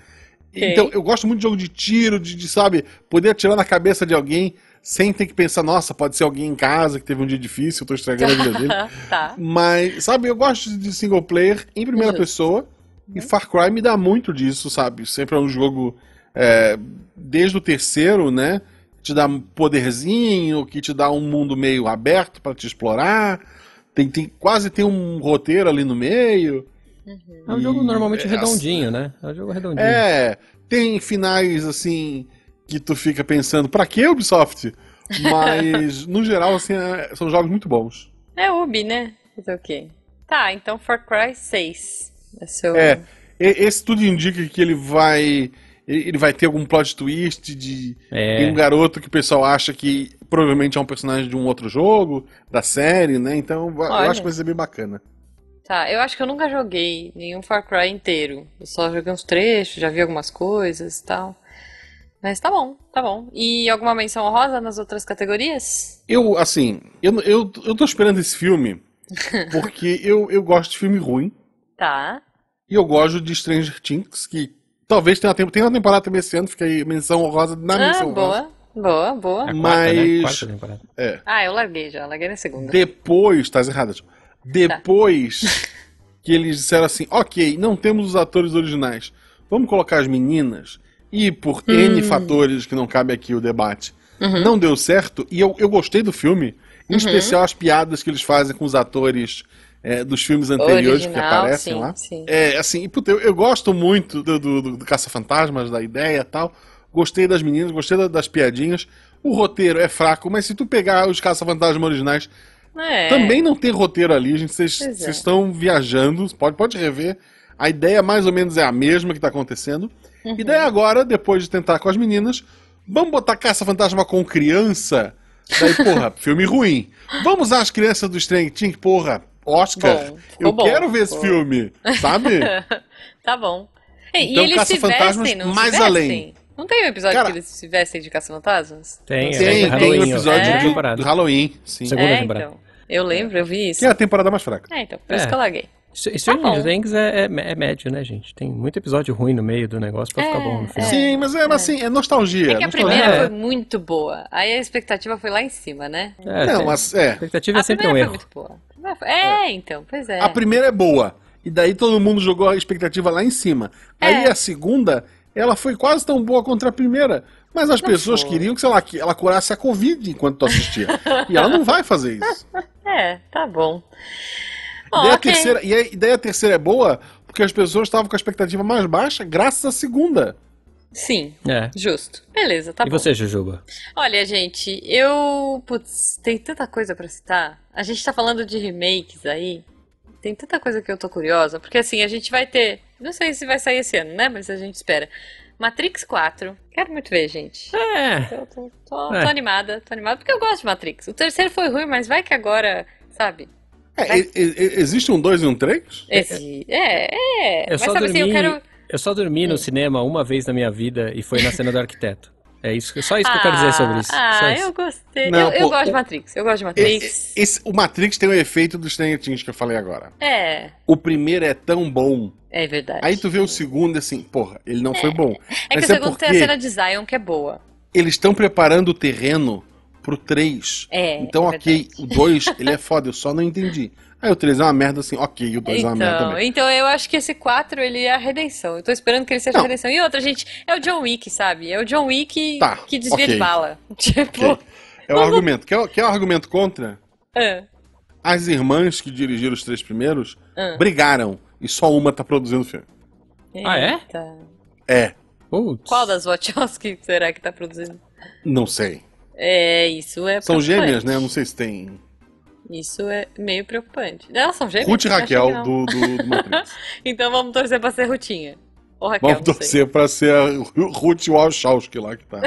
Speaker 2: Ok.
Speaker 1: Então, eu gosto muito de jogo de tiro, de, de, sabe, poder atirar na cabeça de alguém sem ter que pensar, nossa, pode ser alguém em casa que teve um dia difícil, eu tô estragando a vida dele.
Speaker 2: tá.
Speaker 1: Mas, sabe, eu gosto de single player em primeira
Speaker 2: Justo.
Speaker 1: pessoa. E Far Cry me dá muito disso, sabe? Sempre é um jogo. é, desde o terceiro, né? Te dá um poderzinho, que te dá um mundo meio aberto pra te explorar. Tem, tem, quase tem um roteiro ali no meio.
Speaker 3: É um jogo
Speaker 1: E-
Speaker 3: normalmente
Speaker 1: é,
Speaker 3: redondinho, né? É um jogo redondinho.
Speaker 1: É, tem finais assim que tu fica pensando, pra que Ubisoft? Mas, no geral, assim, é- são jogos muito bons.
Speaker 2: É Ubi, né? Fazer o quê? Tá, então Far Cry 6. É seu.
Speaker 1: É, e- esse tudo indica que ele vai. Ele ele vai ter algum plot twist de
Speaker 3: É.
Speaker 1: tem um garoto que o pessoal acha que provavelmente é um personagem de um outro jogo, da série, né? Então va- eu
Speaker 2: Olha.
Speaker 1: acho que vai ser bem bacana.
Speaker 2: Tá, eu acho que eu nunca joguei nenhum Far Cry inteiro. Eu só joguei uns trechos, já vi algumas coisas e tal. Mas tá bom, tá bom. E alguma menção honrosa nas outras categorias?
Speaker 1: Eu, assim, eu, n- eu, eu tô esperando esse filme porque eu, eu gosto de filme ruim
Speaker 2: Tá.
Speaker 1: e eu gosto de Stranger Things, que talvez tenha, tem uma temporada também esse ano, fica aí menção honrosa na
Speaker 2: Ah,
Speaker 1: menção honrosa.
Speaker 2: boa, boa, boa.
Speaker 3: É a quarta,
Speaker 1: mas-
Speaker 3: né? Quarta temporada.
Speaker 1: É.
Speaker 2: Ah, eu larguei já, larguei na segunda.
Speaker 1: Depois, tá errado. tipo,
Speaker 2: Tá.
Speaker 1: Depois que eles disseram assim, ok, não temos os atores originais, vamos colocar as meninas. E por
Speaker 2: Hum.
Speaker 1: N fatores que não cabe aqui o debate,
Speaker 2: Uhum.
Speaker 1: não deu certo. E eu, eu gostei do filme, em especial as piadas que eles fazem com os atores é, dos filmes anteriores que
Speaker 2: Original,
Speaker 1: aparecem
Speaker 2: sim,
Speaker 1: lá.
Speaker 2: sim.
Speaker 1: É, assim, e, puta, eu, eu gosto muito do, do, do- do Caça-Fantasmas, da ideia e tal. Gostei das meninas, gostei da- das piadinhas. O roteiro é fraco, mas se tu pegar os Caça-Fantasmas originais,
Speaker 2: É.
Speaker 1: também não tem roteiro ali, gente. Vocês
Speaker 2: Pois é.
Speaker 1: vocês estão viajando, pode, pode rever. A ideia mais ou menos é a mesma que tá acontecendo.
Speaker 2: Uhum.
Speaker 1: E daí agora, depois de tentar com as meninas, vamos botar caça-fantasma com criança? Daí, porra, filme ruim. Vamos usar as crianças do Strange Things, porra, Oscar.
Speaker 2: Bom, ficou
Speaker 1: eu
Speaker 2: bom,
Speaker 1: quero ver esse
Speaker 2: ficou.
Speaker 1: filme, sabe?
Speaker 2: Tá bom. E- E
Speaker 1: Então,
Speaker 2: eles se
Speaker 1: Caça-Fantasmas
Speaker 2: vestem, não se
Speaker 1: mais
Speaker 2: vestem?
Speaker 1: além.
Speaker 2: Não tem um episódio
Speaker 1: Cara-
Speaker 2: que eles se vestem de caça-fantasmas?
Speaker 3: Tem,
Speaker 2: Não
Speaker 3: é.
Speaker 2: sei.
Speaker 1: tem, tem
Speaker 3: Halloween,
Speaker 1: um
Speaker 3: ó.
Speaker 1: episódio
Speaker 2: É?
Speaker 1: do- do Halloween, sim.
Speaker 3: Segunda
Speaker 2: É,
Speaker 3: temporada.
Speaker 2: então. Eu lembro, eu vi isso.
Speaker 1: Que é a temporada mais fraca.
Speaker 2: É, então, por
Speaker 3: É.
Speaker 2: isso que eu larguei.
Speaker 3: Str-
Speaker 2: Tá
Speaker 3: Stranger
Speaker 2: bom.
Speaker 3: Things é, é, é médio, né, gente? Tem muito episódio ruim no meio do negócio pra ficar
Speaker 2: É,
Speaker 3: bom no final.
Speaker 1: Sim, mas é, mas assim, é nostalgia.
Speaker 2: É que a
Speaker 1: nostalgia.
Speaker 2: primeira
Speaker 3: É.
Speaker 2: foi muito boa. Aí a expectativa foi lá em cima, né?
Speaker 3: É,
Speaker 1: Não,
Speaker 3: tem-
Speaker 1: mas é.
Speaker 3: A expectativa
Speaker 2: A
Speaker 3: é sempre um
Speaker 2: primeira foi
Speaker 3: erro.
Speaker 2: muito boa. A primeira foi- É, então, pois é.
Speaker 1: A primeira é boa. E daí todo mundo jogou a expectativa lá em cima. Aí
Speaker 2: É.
Speaker 1: a segunda, ela foi quase tão boa contra a primeira. Mas as pessoas
Speaker 2: foi.
Speaker 1: queriam que, sei lá, que ela curasse a Covid enquanto tu assistia. e ela não vai fazer isso.
Speaker 2: É, tá bom.
Speaker 1: E
Speaker 2: Bom,
Speaker 1: daí, a
Speaker 2: ok.
Speaker 1: terceira, e aí- e daí a terceira é boa porque as pessoas estavam com a expectativa mais baixa graças à segunda.
Speaker 2: Sim.
Speaker 3: É.
Speaker 2: Justo. Beleza, tá
Speaker 3: e
Speaker 2: bom.
Speaker 3: você, Jujuba?
Speaker 2: Olha, gente, eu. Putz, tem tanta coisa pra citar. A gente tá falando de remakes aí. Tem tanta coisa que eu tô curiosa. Porque assim, a gente vai ter. Não sei se vai sair esse ano, né? Mas a gente espera. Matrix 4. Quero muito ver, gente.
Speaker 3: É.
Speaker 2: Eu tô, tô-
Speaker 3: É.
Speaker 2: tô animada, tô animada, porque eu gosto de Matrix. O terceiro foi ruim, mas vai que agora, sabe?
Speaker 1: É, e- e- e- existe um 2 e um 3?
Speaker 2: Esse. É, é.
Speaker 3: Eu
Speaker 2: mas
Speaker 3: só
Speaker 2: sabe assim, eu
Speaker 3: dormi-
Speaker 2: quero.
Speaker 3: Eu só dormi
Speaker 2: Hum.
Speaker 3: no cinema uma vez na minha vida e foi na cena do arquiteto. É isso, que- só isso que eu quero dizer sobre isso.
Speaker 2: Ah,
Speaker 3: Só
Speaker 2: ah,
Speaker 3: isso.
Speaker 2: eu gostei.
Speaker 1: Não,
Speaker 2: eu eu
Speaker 1: pô, é-
Speaker 2: gosto de
Speaker 1: o-
Speaker 2: Matrix. Eu gosto de Matrix.
Speaker 1: Esse- o Matrix tem o efeito dos Stranger Things que eu falei agora.
Speaker 2: É,
Speaker 1: O primeiro é tão bom.
Speaker 2: é verdade.
Speaker 1: Aí tu vê o segundo e assim, porra, ele não foi bom.
Speaker 2: é que o
Speaker 1: Mas é
Speaker 2: segundo tem a
Speaker 1: porque-
Speaker 2: cena de Zion que é boa.
Speaker 1: Eles estão preparando o terreno pro 3.
Speaker 2: É.
Speaker 1: Então,
Speaker 2: é
Speaker 1: ok,
Speaker 2: verdade.
Speaker 1: o 2, ele é foda, eu só não entendi. Aí o 3 é uma merda assim, ok, o 2 é uma merda
Speaker 2: Então,
Speaker 1: também.
Speaker 2: então eu acho que esse 4 ele é a redenção. Eu tô esperando que ele seja a
Speaker 1: Não.
Speaker 2: redenção. E outra, gente, é o John Wick, sabe? É o John Wick
Speaker 1: Tá,
Speaker 2: que desvia de
Speaker 1: ok.
Speaker 2: bala. Tipo,
Speaker 1: Ok. É o argumento. Quer, o- quer o argumento contra?
Speaker 2: ah,
Speaker 1: As irmãs que dirigiram os três primeiros
Speaker 2: ah.
Speaker 1: brigaram e só uma tá produzindo filme.
Speaker 3: Ah, é?
Speaker 2: Eita.
Speaker 1: É,
Speaker 3: Putz.
Speaker 2: Qual das Wachowski será que tá produzindo?
Speaker 1: não sei.
Speaker 2: É, isso é
Speaker 1: São
Speaker 2: preocupante.
Speaker 1: gêmeas, né? Não sei se tem.
Speaker 2: Isso é meio preocupante. Elas são gêmeas?
Speaker 1: Ruth e
Speaker 2: Eu achei que
Speaker 1: Raquel
Speaker 2: não.
Speaker 1: do, do, do Matrix.
Speaker 2: Então vamos torcer pra ser Rutinha. Ou Raquel,
Speaker 1: Vamos
Speaker 2: não sei.
Speaker 1: torcer pra ser a Ru- Ruth Wachowski lá que tá.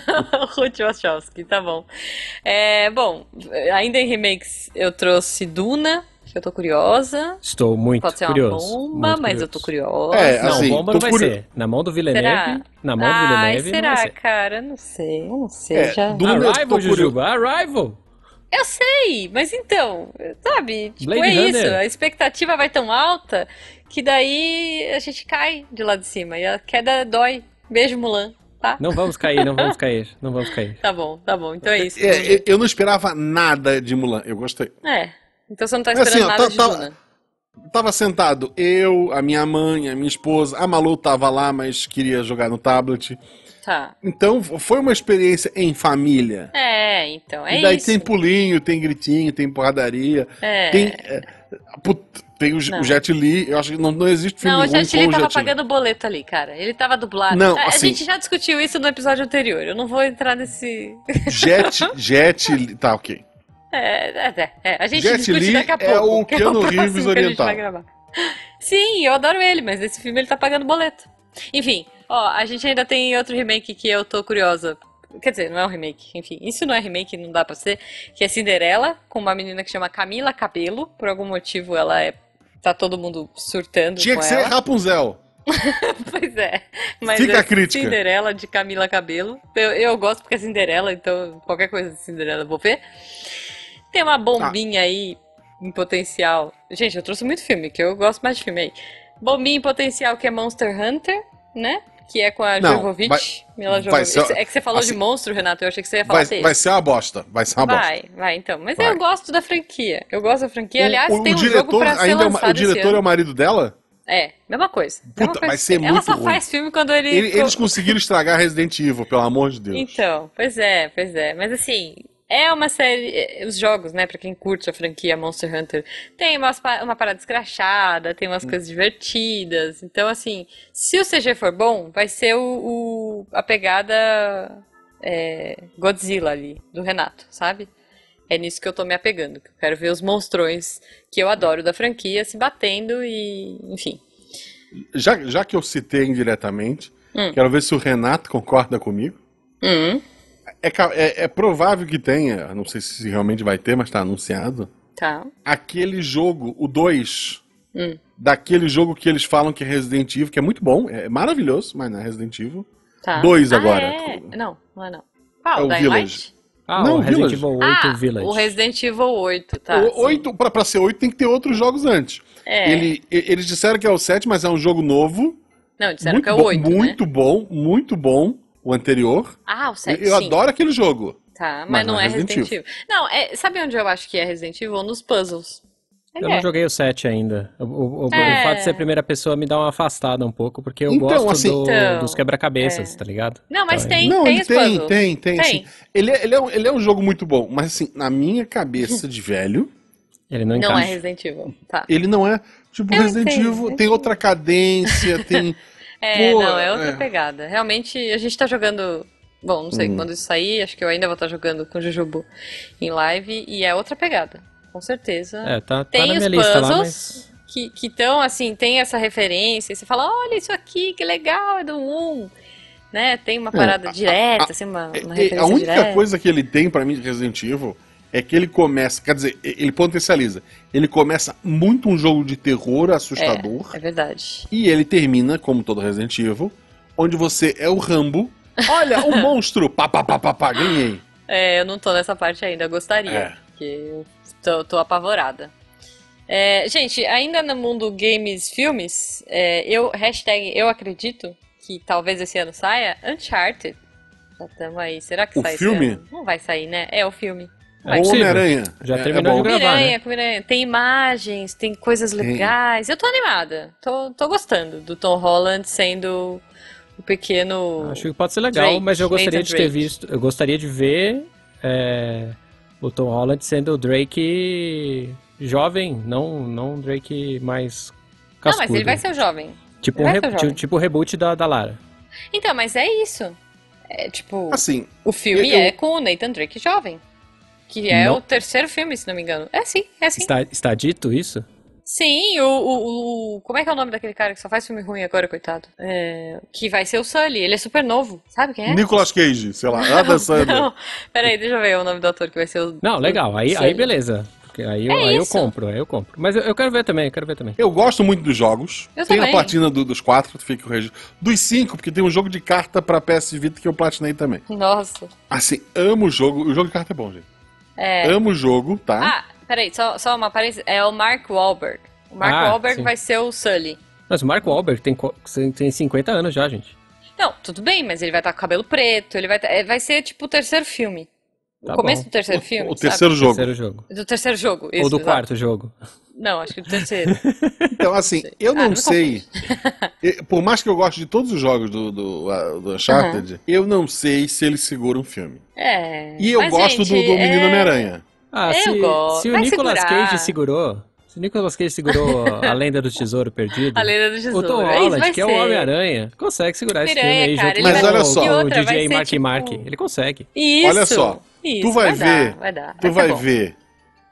Speaker 2: Ruth Wachowski, tá bom. É, bom, ainda em remakes eu trouxe Duna, que eu tô curiosa.
Speaker 3: Estou muito
Speaker 2: Pode ser uma
Speaker 3: curioso.
Speaker 2: bomba,
Speaker 3: muito
Speaker 2: mas eu tô curiosa.
Speaker 1: É,
Speaker 3: Não,
Speaker 1: Assim, tô
Speaker 3: bomba não vai
Speaker 1: curio-
Speaker 3: ser. Na mão do Villeneuve,
Speaker 2: Será?
Speaker 3: na mão do
Speaker 2: Ai,
Speaker 3: Villeneuve não
Speaker 2: será,
Speaker 3: vai ser.
Speaker 2: cara? Não sei, eu não sei.
Speaker 1: É,
Speaker 2: já-
Speaker 1: do-
Speaker 3: Ah,
Speaker 1: Eu
Speaker 3: Arrival,
Speaker 1: tô curioso.
Speaker 3: Jujuba, Arrival!
Speaker 2: Eu sei, mas então, sabe? Tipo,
Speaker 3: Blade
Speaker 2: é
Speaker 3: Runner.
Speaker 2: isso. A expectativa vai tão alta que daí a gente cai de lá de cima. E a queda dói. Beijo, Mulan, tá?
Speaker 3: Não vamos cair, não vamos cair, não vamos cair.
Speaker 2: Tá bom, tá bom. Então é isso.
Speaker 1: É, eu- eu não esperava nada de Mulan. Eu gostei.
Speaker 2: É. Então você não tá
Speaker 1: Mas assim,
Speaker 2: esperando
Speaker 1: ó,
Speaker 2: nada
Speaker 1: tá-
Speaker 2: de
Speaker 1: tá-
Speaker 2: Duna.
Speaker 1: Tava sentado eu, a minha mãe, a minha esposa. A Malu tava lá, mas queria jogar no tablet.
Speaker 2: Tá.
Speaker 1: Então f- foi uma experiência em família.
Speaker 2: É, então, é
Speaker 1: e daí
Speaker 2: isso.
Speaker 1: tem pulinho, tem gritinho, tem porradaria.
Speaker 2: É.
Speaker 1: Tem, é, put- tem o, J-
Speaker 2: Não.
Speaker 1: o Jet Li. Eu acho que não, não existe filme
Speaker 2: Não, o
Speaker 1: ruim
Speaker 2: Jet
Speaker 1: com
Speaker 2: Li
Speaker 1: o
Speaker 2: tava
Speaker 1: Jet Li.
Speaker 2: pagando o boleto ali, cara. Ele tava dublado.
Speaker 1: Não,
Speaker 2: a, a
Speaker 1: assim-
Speaker 2: gente já discutiu isso no episódio anterior. Eu não vou entrar nesse.
Speaker 1: Jet, Jet Li. Tá, ok.
Speaker 2: É, é, é, é. A gente
Speaker 1: Jet
Speaker 2: discute
Speaker 1: Li
Speaker 2: daqui a
Speaker 1: é
Speaker 2: pouco.
Speaker 1: o
Speaker 2: que
Speaker 1: Keanu
Speaker 2: próximo
Speaker 1: Reeves
Speaker 2: assim que a gente vai
Speaker 1: oriental.
Speaker 2: gravar. Sim, eu adoro ele, mas nesse filme ele tá pagando boleto. Enfim, ó, a gente ainda tem outro remake que eu tô curiosa. Quer dizer, não é um remake, enfim. Isso não é remake, não dá pra ser. Que é Cinderela, com uma menina que chama Camila Cabelo. Por algum motivo ela é. Tá todo mundo surtando
Speaker 1: Tinha
Speaker 2: com
Speaker 1: que ser
Speaker 2: ela.
Speaker 1: Rapunzel.
Speaker 2: Pois é. Mas
Speaker 1: Fica
Speaker 2: é
Speaker 1: a crítica.
Speaker 2: Cinderela de Camila Cabelo. Eu, eu gosto porque é Cinderela, então qualquer coisa de Cinderela eu vou ver. Tem uma bombinha aí em potencial. Gente, eu trouxe muito filme, que eu gosto mais de filme aí. Bombinha em potencial que é Monster Hunter, né? Que é com a
Speaker 1: Não,
Speaker 2: Jovovich.
Speaker 1: vai-
Speaker 2: Mila
Speaker 1: vai
Speaker 2: Jovovich.
Speaker 1: ser-
Speaker 2: é que você falou de
Speaker 1: assim-
Speaker 2: monstro, Renato. Eu achei que você ia falar
Speaker 1: Vai,
Speaker 2: desse.
Speaker 1: vai ser uma bosta. Vai ser uma bosta.
Speaker 2: vai, vai, então. Mas
Speaker 1: Vai.
Speaker 2: eu gosto da franquia. Eu gosto da franquia.
Speaker 1: O-
Speaker 2: Aliás,
Speaker 1: o,
Speaker 2: tem
Speaker 1: o
Speaker 2: um
Speaker 1: diretor
Speaker 2: jogo pra ser
Speaker 1: ainda é o ma-
Speaker 2: lançado
Speaker 1: o
Speaker 2: esse
Speaker 1: diretor
Speaker 2: ano.
Speaker 1: é o marido dela?
Speaker 2: É, mesma coisa. mesma
Speaker 1: Puta,
Speaker 2: coisa.
Speaker 1: vai ser
Speaker 2: Ela
Speaker 1: muito
Speaker 2: só
Speaker 1: ruim.
Speaker 2: faz filme quando ele.
Speaker 1: Ele- eles conseguiram estragar Resident Evil, pelo amor de Deus.
Speaker 2: Então, pois é, pois é. Mas assim, é uma série. é, Os jogos, né? Pra quem curte a franquia Monster Hunter, tem umas pa- uma parada escrachada, tem
Speaker 1: Hum.
Speaker 2: umas coisas divertidas. Então, assim, se o CG for bom, vai ser o, o- a pegada é, Godzilla ali, do Renato, sabe? É nisso que eu tô me apegando, que eu quero ver os monstrões que eu adoro da franquia se batendo e, enfim.
Speaker 1: Já, já que eu citei indiretamente,
Speaker 2: Hum.
Speaker 1: quero ver se o Renato concorda comigo.
Speaker 2: Hum,
Speaker 1: É, ca- é- é provável que tenha, não sei se realmente vai ter, mas tá anunciado.
Speaker 2: tá.
Speaker 1: Aquele jogo, o 2,
Speaker 2: Hum.
Speaker 1: daquele jogo que eles falam que é Resident Evil, que é muito bom, é maravilhoso, mas não é Resident Evil.
Speaker 2: Tá.
Speaker 1: Dois
Speaker 2: Ah,
Speaker 1: agora.
Speaker 2: é? Não, não é não. Qual?
Speaker 1: É o
Speaker 2: Dying
Speaker 1: Village.
Speaker 2: Light?
Speaker 3: Ah,
Speaker 1: Não,
Speaker 3: o Resident
Speaker 1: Village.
Speaker 3: Evil 8
Speaker 2: Ah,
Speaker 3: Village.
Speaker 2: o Resident Evil 8, tá.
Speaker 1: o, oito, pra, pra ser 8 tem que ter outros jogos antes.
Speaker 2: sim. É.
Speaker 1: Ele- e- eles disseram que é o 7, mas é um jogo novo.
Speaker 2: Não, disseram
Speaker 1: muito
Speaker 2: que é o
Speaker 1: bom,
Speaker 2: 8, né?
Speaker 1: muito bom, muito bom o anterior.
Speaker 2: Ah, o 7,
Speaker 1: eu
Speaker 2: sim.
Speaker 1: adoro aquele jogo.
Speaker 2: Tá, mas,
Speaker 1: Mas
Speaker 2: não é Resident Evil. Não, é, sabe onde eu acho que é Resident Evil? Nos puzzles. Ele
Speaker 3: Eu
Speaker 2: é.
Speaker 3: não joguei o 7 ainda. O, o- o-
Speaker 2: É.
Speaker 3: o fato de ser a primeira pessoa me dá uma afastada um pouco, porque eu
Speaker 1: Então,
Speaker 3: gosto
Speaker 1: assim-
Speaker 3: do-
Speaker 2: Então,
Speaker 3: dos quebra-cabeças, tá ligado?
Speaker 2: Não, mas
Speaker 3: Então,
Speaker 2: tem,
Speaker 1: Não,
Speaker 2: tem
Speaker 1: ele
Speaker 2: os
Speaker 1: tem,
Speaker 2: puzzles.
Speaker 1: tem, tem,
Speaker 2: Tem.
Speaker 1: sim. Ele é, ele, é um, ele é um jogo muito bom, mas assim, na minha cabeça de velho,
Speaker 3: Ele não
Speaker 2: Não é
Speaker 3: encaixa.
Speaker 2: Resident Evil, tá.
Speaker 1: ele não é. Tipo,
Speaker 2: Eu
Speaker 1: Resident
Speaker 2: entendo,
Speaker 1: Evil
Speaker 2: eu
Speaker 1: tem outra cadência, tem.
Speaker 2: É, Pô, não, é outra é. pegada. Realmente, a gente tá jogando. Bom, não sei, hum. quando isso sair, acho que eu ainda vou estar jogando com Jujubu em live e é outra pegada. Com certeza.
Speaker 3: É, tá, tá
Speaker 2: Tem
Speaker 3: na
Speaker 2: os
Speaker 3: minha lista
Speaker 2: puzzles.
Speaker 3: lá, mas...
Speaker 2: Que estão, assim, tem essa referência, e você fala, olha isso aqui, que legal, é do 1 né? Tem uma parada é, direta, a, a, assim, uma, uma
Speaker 1: é, A única direta. coisa que ele tem para mim de Resident Evil é que ele começa, quer dizer, ele potencializa. Ele começa muito um jogo de terror assustador.
Speaker 2: É, é verdade.
Speaker 1: E ele termina, como todo Resident Evil, onde você é o Rambo. Olha, o monstro! Pá, pá, pá, pá, pá, ganhei.
Speaker 2: É, eu não tô nessa parte ainda, eu gostaria. É. Porque eu tô, tô apavorada. É, gente, ainda no mundo games filmes, é, eu, hashtag eu acredito, que talvez esse ano saia, Uncharted. Já estamos aí. Será que
Speaker 1: o
Speaker 2: sai
Speaker 1: filme?
Speaker 2: Esse ano? Não vai sair, né? É o filme.
Speaker 1: É o Homem-Aranha.
Speaker 3: Já é, terminou é de gravar,
Speaker 2: Miranha,
Speaker 3: né?
Speaker 2: Miranha. Tem imagens, tem coisas legais. Sim. Eu tô animada. Tô, tô gostando do Tom Holland sendo o pequeno.
Speaker 3: Acho que pode ser legal, Drake, mas eu gostaria Nathan de ter Drake. visto. Eu gostaria de ver é, o Tom Holland sendo o Drake jovem, não não Drake mais cascudo. Não, mas
Speaker 2: ele vai ser o jovem.
Speaker 3: Tipo, um re... tipo o reboot da, da Lara.
Speaker 2: Então, mas é isso. É tipo.
Speaker 1: Assim.
Speaker 2: O filme eu... é com o Nathan Drake jovem. Que é não. o terceiro filme, se não me engano. É sim, é sim.
Speaker 3: Está, está dito isso?
Speaker 2: Sim, o, o, o, Como é que é o nome daquele cara que só faz filme ruim agora, coitado? É... que vai ser o Sully. Ele é super novo. Sabe quem é?
Speaker 1: Nicolas Cage, sei lá. Adam Sandler. não,
Speaker 2: peraí, deixa eu ver o nome do ator que vai ser o.
Speaker 3: Não, legal. Aí, Sully. aí beleza. Aí, eu, é aí eu compro, aí eu compro. Mas eu, eu, quero ver também, eu quero ver também.
Speaker 1: Eu gosto muito dos jogos. Eu tem também. a platina do, dos quatro, fica o registro. Dos cinco, porque tem um jogo de carta pra PS Vita que eu platinei também.
Speaker 2: Nossa.
Speaker 1: Assim, amo o jogo. O jogo de carta é bom, gente. É. Amo o jogo, tá?
Speaker 2: Ah, peraí, só, só uma parênteses. É o Mark Wahlberg. O Mark ah, Wahlberg sim. vai ser o Sully.
Speaker 3: Mas o Mark Wahlberg tem, tem 50 anos já, gente.
Speaker 2: Não, tudo bem, mas ele vai estar com cabelo preto, ele vai, vai ser tipo o terceiro filme. Tá começo bom. do terceiro filme?
Speaker 1: O terceiro
Speaker 3: jogo.
Speaker 1: terceiro
Speaker 3: jogo.
Speaker 2: Do terceiro jogo, isso.
Speaker 3: Ou do exato. quarto jogo.
Speaker 2: Não, acho que do terceiro.
Speaker 1: então, assim, eu não, ah, não sei. Eu, por mais que eu goste de todos os jogos do, do, do Uncharted, uhum. eu não sei se ele segura um filme.
Speaker 2: É.
Speaker 1: E eu
Speaker 2: mas,
Speaker 1: gosto
Speaker 2: gente,
Speaker 1: do, do Menino é... Homem-Aranha.
Speaker 3: Ah, se, se, o
Speaker 2: Vai
Speaker 3: Nicolas
Speaker 2: segurar.
Speaker 3: Cage segurou. Se o Nicolas Cage segurou A Lenda do Tesouro Perdido.
Speaker 2: A Lenda do Tesouro.
Speaker 3: O Tom Holland, que é o Homem-Aranha, consegue segurar esse
Speaker 2: Miranha,
Speaker 3: filme aí
Speaker 2: cara,
Speaker 3: junto
Speaker 1: Mas
Speaker 3: com,
Speaker 1: olha só.
Speaker 3: com o
Speaker 2: outra, vai
Speaker 3: DJ
Speaker 2: ser,
Speaker 3: Mark
Speaker 2: tipo,
Speaker 3: Mark. Ele consegue.
Speaker 2: Isso.
Speaker 1: Olha só.
Speaker 2: Isso,
Speaker 1: tu vai,
Speaker 2: dar,
Speaker 1: ver.
Speaker 2: vai dar.
Speaker 1: Tu
Speaker 2: Vai
Speaker 1: vai
Speaker 2: ser bom.
Speaker 1: ver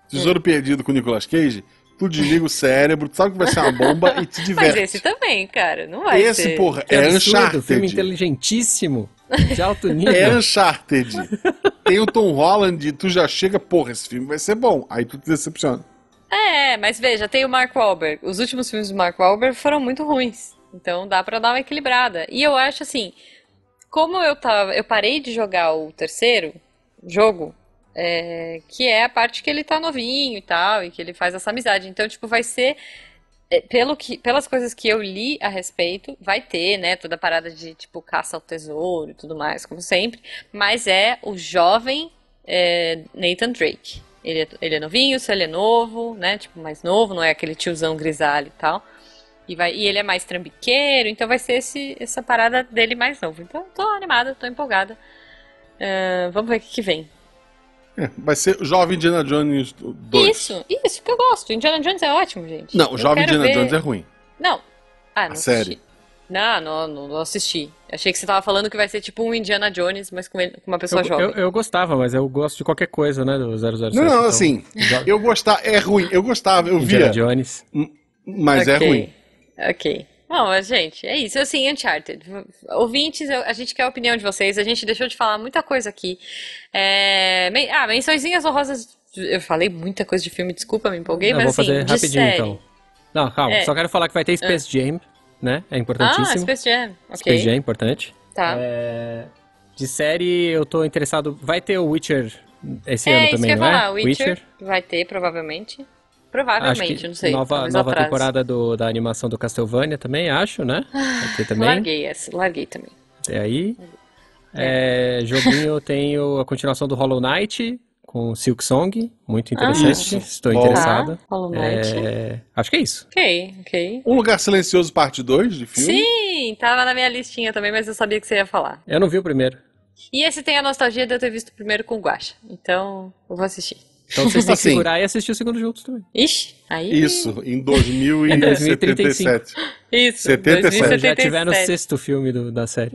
Speaker 1: Tesouro Perdido com o Nicolas Cage, tu desliga o cérebro, tu sabe que vai ser uma bomba e te diverte.
Speaker 2: Mas esse também, cara. Não vai
Speaker 1: Esse,
Speaker 2: ser.
Speaker 1: porra,
Speaker 3: Que
Speaker 1: é
Speaker 3: absurdo, filme
Speaker 1: Uncharted.
Speaker 3: inteligentíssimo, de alto nível.
Speaker 1: É Uncharted. Tem o Tom Holland e tu já chega, porra, esse filme vai ser bom. Aí tu te decepciona.
Speaker 2: É, mas veja, tem o Mark Wahlberg. Os últimos filmes do Mark Wahlberg foram muito ruins. Então dá pra dar uma equilibrada. E eu acho assim, como eu tava, eu parei de jogar o terceiro jogo, é, que é a parte que ele tá novinho e tal, e que ele faz essa amizade. Então, tipo, vai ser é, pelo que, pelas coisas que eu li a respeito, vai ter, né, toda a parada de tipo caça ao tesouro e tudo mais, como sempre, mas é o jovem é, Nathan Drake. Ele é, ele é novinho, se ele é novo, né? Tipo, mais novo, não é aquele tiozão grisalho e tal. E, vai, e ele é mais trambiqueiro, então vai ser esse, essa parada dele mais novo. Então, tô animada, tô empolgada. Ah, vamos ver o que, que vem.
Speaker 1: É, vai ser Jovem Indiana Jones 2.
Speaker 2: Isso, isso que eu gosto. Indiana Jones é ótimo, gente.
Speaker 1: Não, o
Speaker 2: Eu
Speaker 1: Jovem
Speaker 2: quero
Speaker 1: Indiana
Speaker 2: ver-
Speaker 1: Jones é ruim.
Speaker 2: Não. Ah, não
Speaker 1: A
Speaker 2: assisti.
Speaker 1: série.
Speaker 2: Não, não, não, não assisti. Achei que você tava falando que vai ser tipo um Indiana Jones, mas com, ele- com uma pessoa
Speaker 3: Eu,
Speaker 2: jovem.
Speaker 3: eu, eu gostava, mas eu gosto de qualquer coisa, né, do 007.
Speaker 1: Não,
Speaker 3: então,
Speaker 1: não, assim,
Speaker 3: jo-
Speaker 1: eu gostava, é ruim, eu gostava, eu
Speaker 3: Indiana
Speaker 1: via,
Speaker 3: Jones.
Speaker 1: mas é
Speaker 2: Ok,
Speaker 1: ruim.
Speaker 2: Ok. Bom, mas, gente, é isso. Assim, Uncharted. Ouvintes, eu- a gente quer a opinião de vocês. A gente deixou de falar muita coisa aqui. É... men- Ah, mençõezinhas honrosas. Eu falei muita coisa de filme, desculpa, me empolguei,
Speaker 3: Ah, Eu
Speaker 2: mas
Speaker 3: vou
Speaker 2: assim,
Speaker 3: fazer
Speaker 2: de
Speaker 3: rapidinho,
Speaker 2: série.
Speaker 3: então. Não, calma,
Speaker 2: É.
Speaker 3: só quero falar que vai ter Space Jam, né? É importantíssimo.
Speaker 2: Ah, Space Jam. Ok.
Speaker 3: Space Jam é importante.
Speaker 2: Tá.
Speaker 3: É, De série, eu tô interessado. Vai ter o Witcher esse
Speaker 2: É,
Speaker 3: ano
Speaker 2: isso que eu
Speaker 3: também,
Speaker 2: ia
Speaker 3: não
Speaker 2: falar.
Speaker 3: é?
Speaker 2: Witcher, vai ter, provavelmente.
Speaker 3: Acho
Speaker 2: Provavelmente,
Speaker 3: que
Speaker 2: não sei.
Speaker 3: nova,
Speaker 2: talvez
Speaker 3: nova
Speaker 2: atrase.
Speaker 3: temporada do, da animação do Castlevania também, acho, né? Vai ter também.
Speaker 2: Larguei essa, larguei também. Tá.
Speaker 3: Até aí. É, joguinho tem o- a continuação do Hollow Knight com Silk Song, muito interessante.
Speaker 1: Isso.
Speaker 3: Estou
Speaker 1: Bom.
Speaker 3: interessado.
Speaker 2: Ah, Tá, Hollow Knight.
Speaker 3: É, acho que é isso.
Speaker 2: Ok, ok.
Speaker 1: Um Lugar Silencioso parte 2 de filme?
Speaker 2: Sim, tava na minha listinha também, mas eu sabia que você ia falar.
Speaker 3: Eu não vi o primeiro.
Speaker 2: E esse tem a nostalgia de eu ter visto o primeiro com o Guaxa. Então, eu vou assistir.
Speaker 3: Então vocês têm que segurar e assistir o segundo juntos também.
Speaker 2: Ixi, aí.
Speaker 1: Assim, Isso,
Speaker 2: É
Speaker 1: em 2077.
Speaker 2: Isso, é
Speaker 1: 77.
Speaker 3: Quando já
Speaker 2: 2077.
Speaker 3: tiver no sexto filme do- da série.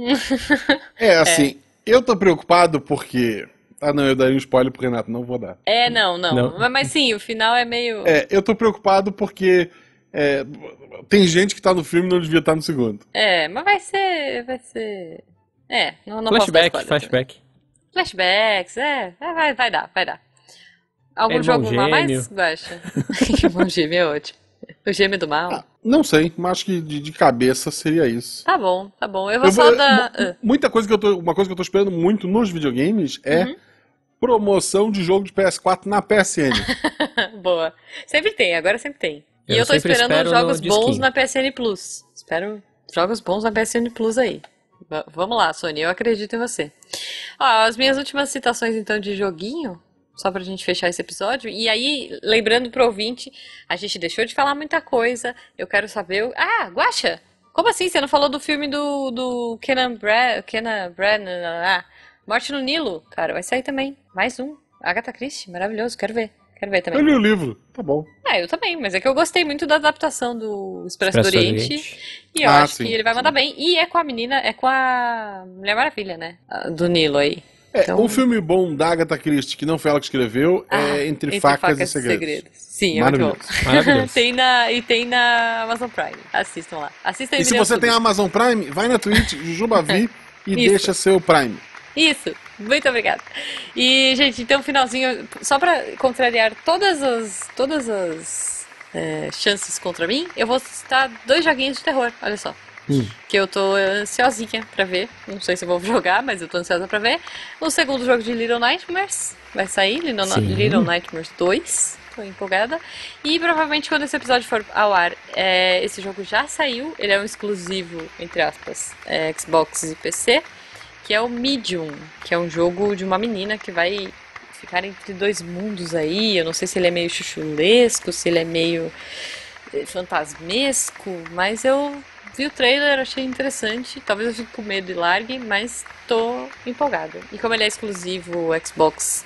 Speaker 1: É, assim, eu tô preocupado porque. Ah, não, eu daria um spoiler pro Renato, não vou dar.
Speaker 2: É, não, não,
Speaker 3: Não.
Speaker 2: Mas- Mas sim, o final é meio.
Speaker 1: É, eu tô preocupado porque. é, tem gente que tá no filme e não devia estar no segundo.
Speaker 2: É, mas vai ser. Vai ser. É, não, não posso dar
Speaker 3: flashback,
Speaker 2: spoiler.
Speaker 3: flashback.
Speaker 2: Flashbacks, é. é, vai, vai dar, vai dar. Algum
Speaker 3: Irmão
Speaker 2: jogo lá mais,
Speaker 3: gêmeo.
Speaker 2: Guaxa? Irmão gêmeo é ótimo. O gêmeo do mal.
Speaker 1: Ah, não sei, mas acho que de, de cabeça seria isso.
Speaker 2: Tá bom, tá bom. Eu vou
Speaker 1: Eu
Speaker 2: só
Speaker 1: vou-
Speaker 2: dar. ah.
Speaker 1: mu- Muita coisa que eu tô, uma coisa que eu tô esperando muito nos videogames é promoção de jogo de PS4 na PSN.
Speaker 2: Ah, Boa. Sempre tem, agora sempre tem. E
Speaker 3: Eu
Speaker 2: eu tô
Speaker 3: sempre
Speaker 2: esperando
Speaker 3: espero
Speaker 2: jogos
Speaker 3: no
Speaker 2: bons
Speaker 3: disquinho.
Speaker 2: na PSN Plus. Espero jogos bons na PSN Plus aí. Va- vamos lá, Sony, eu acredito em você. Ó, as minhas últimas citações então de joguinho, só pra gente fechar esse episódio. E aí, lembrando pro ouvinte, a gente deixou de falar muita coisa. Eu quero saber. o- Ah, Guaxa! Como assim? Você não falou do filme do, do Kenan Bra... Kenan Brennan? Ah, Morte no Nilo? Cara, vai sair também. Mais um. Agatha Christie, maravilhoso, quero ver. Quero ver também.
Speaker 1: Eu li o livro, tá bom.
Speaker 2: Ah, eu também, mas é que eu gostei muito da adaptação do Expresso,
Speaker 3: Expresso
Speaker 2: do Oriente, e eu
Speaker 1: Ah,
Speaker 2: acho
Speaker 1: sim,
Speaker 2: que ele vai mandar bem. E é com a menina, é com a Mulher Maravilha, né? A Do Nilo aí.
Speaker 1: É,
Speaker 2: Então-
Speaker 1: um filme bom da Agatha Christie, que não foi ela que escreveu,
Speaker 2: Ah,
Speaker 1: é Entre, Facas, e Segredos.
Speaker 2: Sim, é muito bom.
Speaker 1: Maravilhoso.
Speaker 3: Maravilhoso.
Speaker 2: Tem na, e tem na Amazon Prime. Assistam lá. Assistam
Speaker 1: E se você tem a Amazon Prime, vai na Twitch, Jujubavi, e
Speaker 2: Isso.
Speaker 1: deixa seu Prime.
Speaker 2: Isso, muito obrigada. E, gente, então, finalzinho, só pra contrariar todas as, todas as é, chances contra mim, eu vou citar dois joguinhos de terror, olha só.
Speaker 3: Hum.
Speaker 2: Que eu tô ansiosinha pra ver. Não sei se eu vou jogar, mas eu tô ansiosa pra ver. O segundo jogo de Little Nightmares vai sair, Little,
Speaker 3: Sim.
Speaker 2: Little Nightmares 2. Tô empolgada. E provavelmente quando esse episódio for ao ar, é, esse jogo já saiu. Ele é um exclusivo, entre aspas, é, Xbox e PC que é o Medium, que é um jogo de uma menina que vai ficar entre dois mundos aí. Eu não sei se ele é meio chuchulesco, se ele é meio eh, fantasmesco, mas eu vi o trailer, achei interessante. Talvez eu fique com medo e largue, mas tô empolgada. E como ele é exclusivo Xbox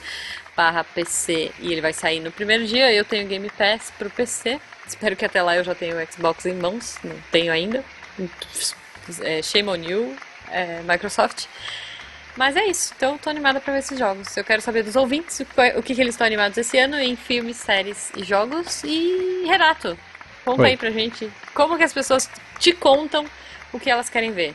Speaker 2: barra PC e ele vai sair no primeiro dia, eu tenho Game Pass pro PC. Espero que até lá eu já tenha o Xbox em mãos, não tenho ainda. Hum, É, shame on you, é, Microsoft. Mas é isso, então eu tô animada pra ver esses jogos. Eu quero saber dos ouvintes o que, o que que eles estão animados esse ano em filmes, séries e jogos. E Renato, conta
Speaker 3: Oi.
Speaker 2: aí pra gente como que as pessoas te contam o que elas querem ver.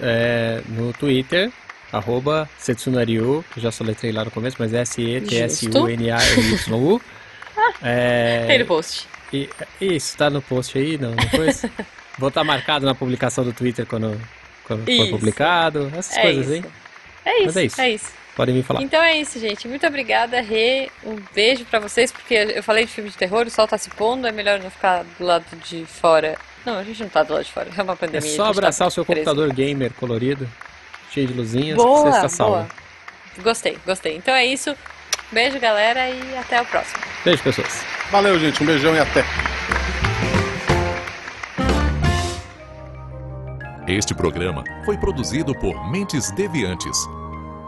Speaker 3: É, no Twitter, arroba Setsunaryu, que eu já soletrei lá no começo, mas é S-E-T-S-U-N-A-R-Y-U. É,
Speaker 2: Tem no post.
Speaker 3: e- isso, tá no post aí, não, depois. Vou estar marcado na publicação do Twitter quando, quando for
Speaker 2: Isso.
Speaker 3: publicado, essas
Speaker 2: É
Speaker 3: coisas,
Speaker 2: isso.
Speaker 3: hein?
Speaker 2: É
Speaker 3: Mas
Speaker 2: isso,
Speaker 3: é isso.
Speaker 2: é isso.
Speaker 3: Podem me falar.
Speaker 2: Então é isso, gente. Muito obrigada, Rê. Um beijo pra vocês, porque eu falei de filme de terror, o sol tá se pondo, é melhor não ficar do lado de fora. Não, a gente não tá do lado de fora, é uma
Speaker 3: É
Speaker 2: pandemia. a
Speaker 3: só
Speaker 2: gente tá
Speaker 3: abraçar o seu
Speaker 2: preso.
Speaker 3: computador gamer colorido, cheio de luzinhas, que
Speaker 2: Boa,
Speaker 3: você está
Speaker 2: boa.
Speaker 3: salvo.
Speaker 2: Gostei, gostei. Então é isso. Beijo, galera, e até o próximo.
Speaker 3: Beijo, pessoas.
Speaker 1: Valeu, gente. Um beijão e até.
Speaker 4: Este programa foi produzido por Mentes Deviantes.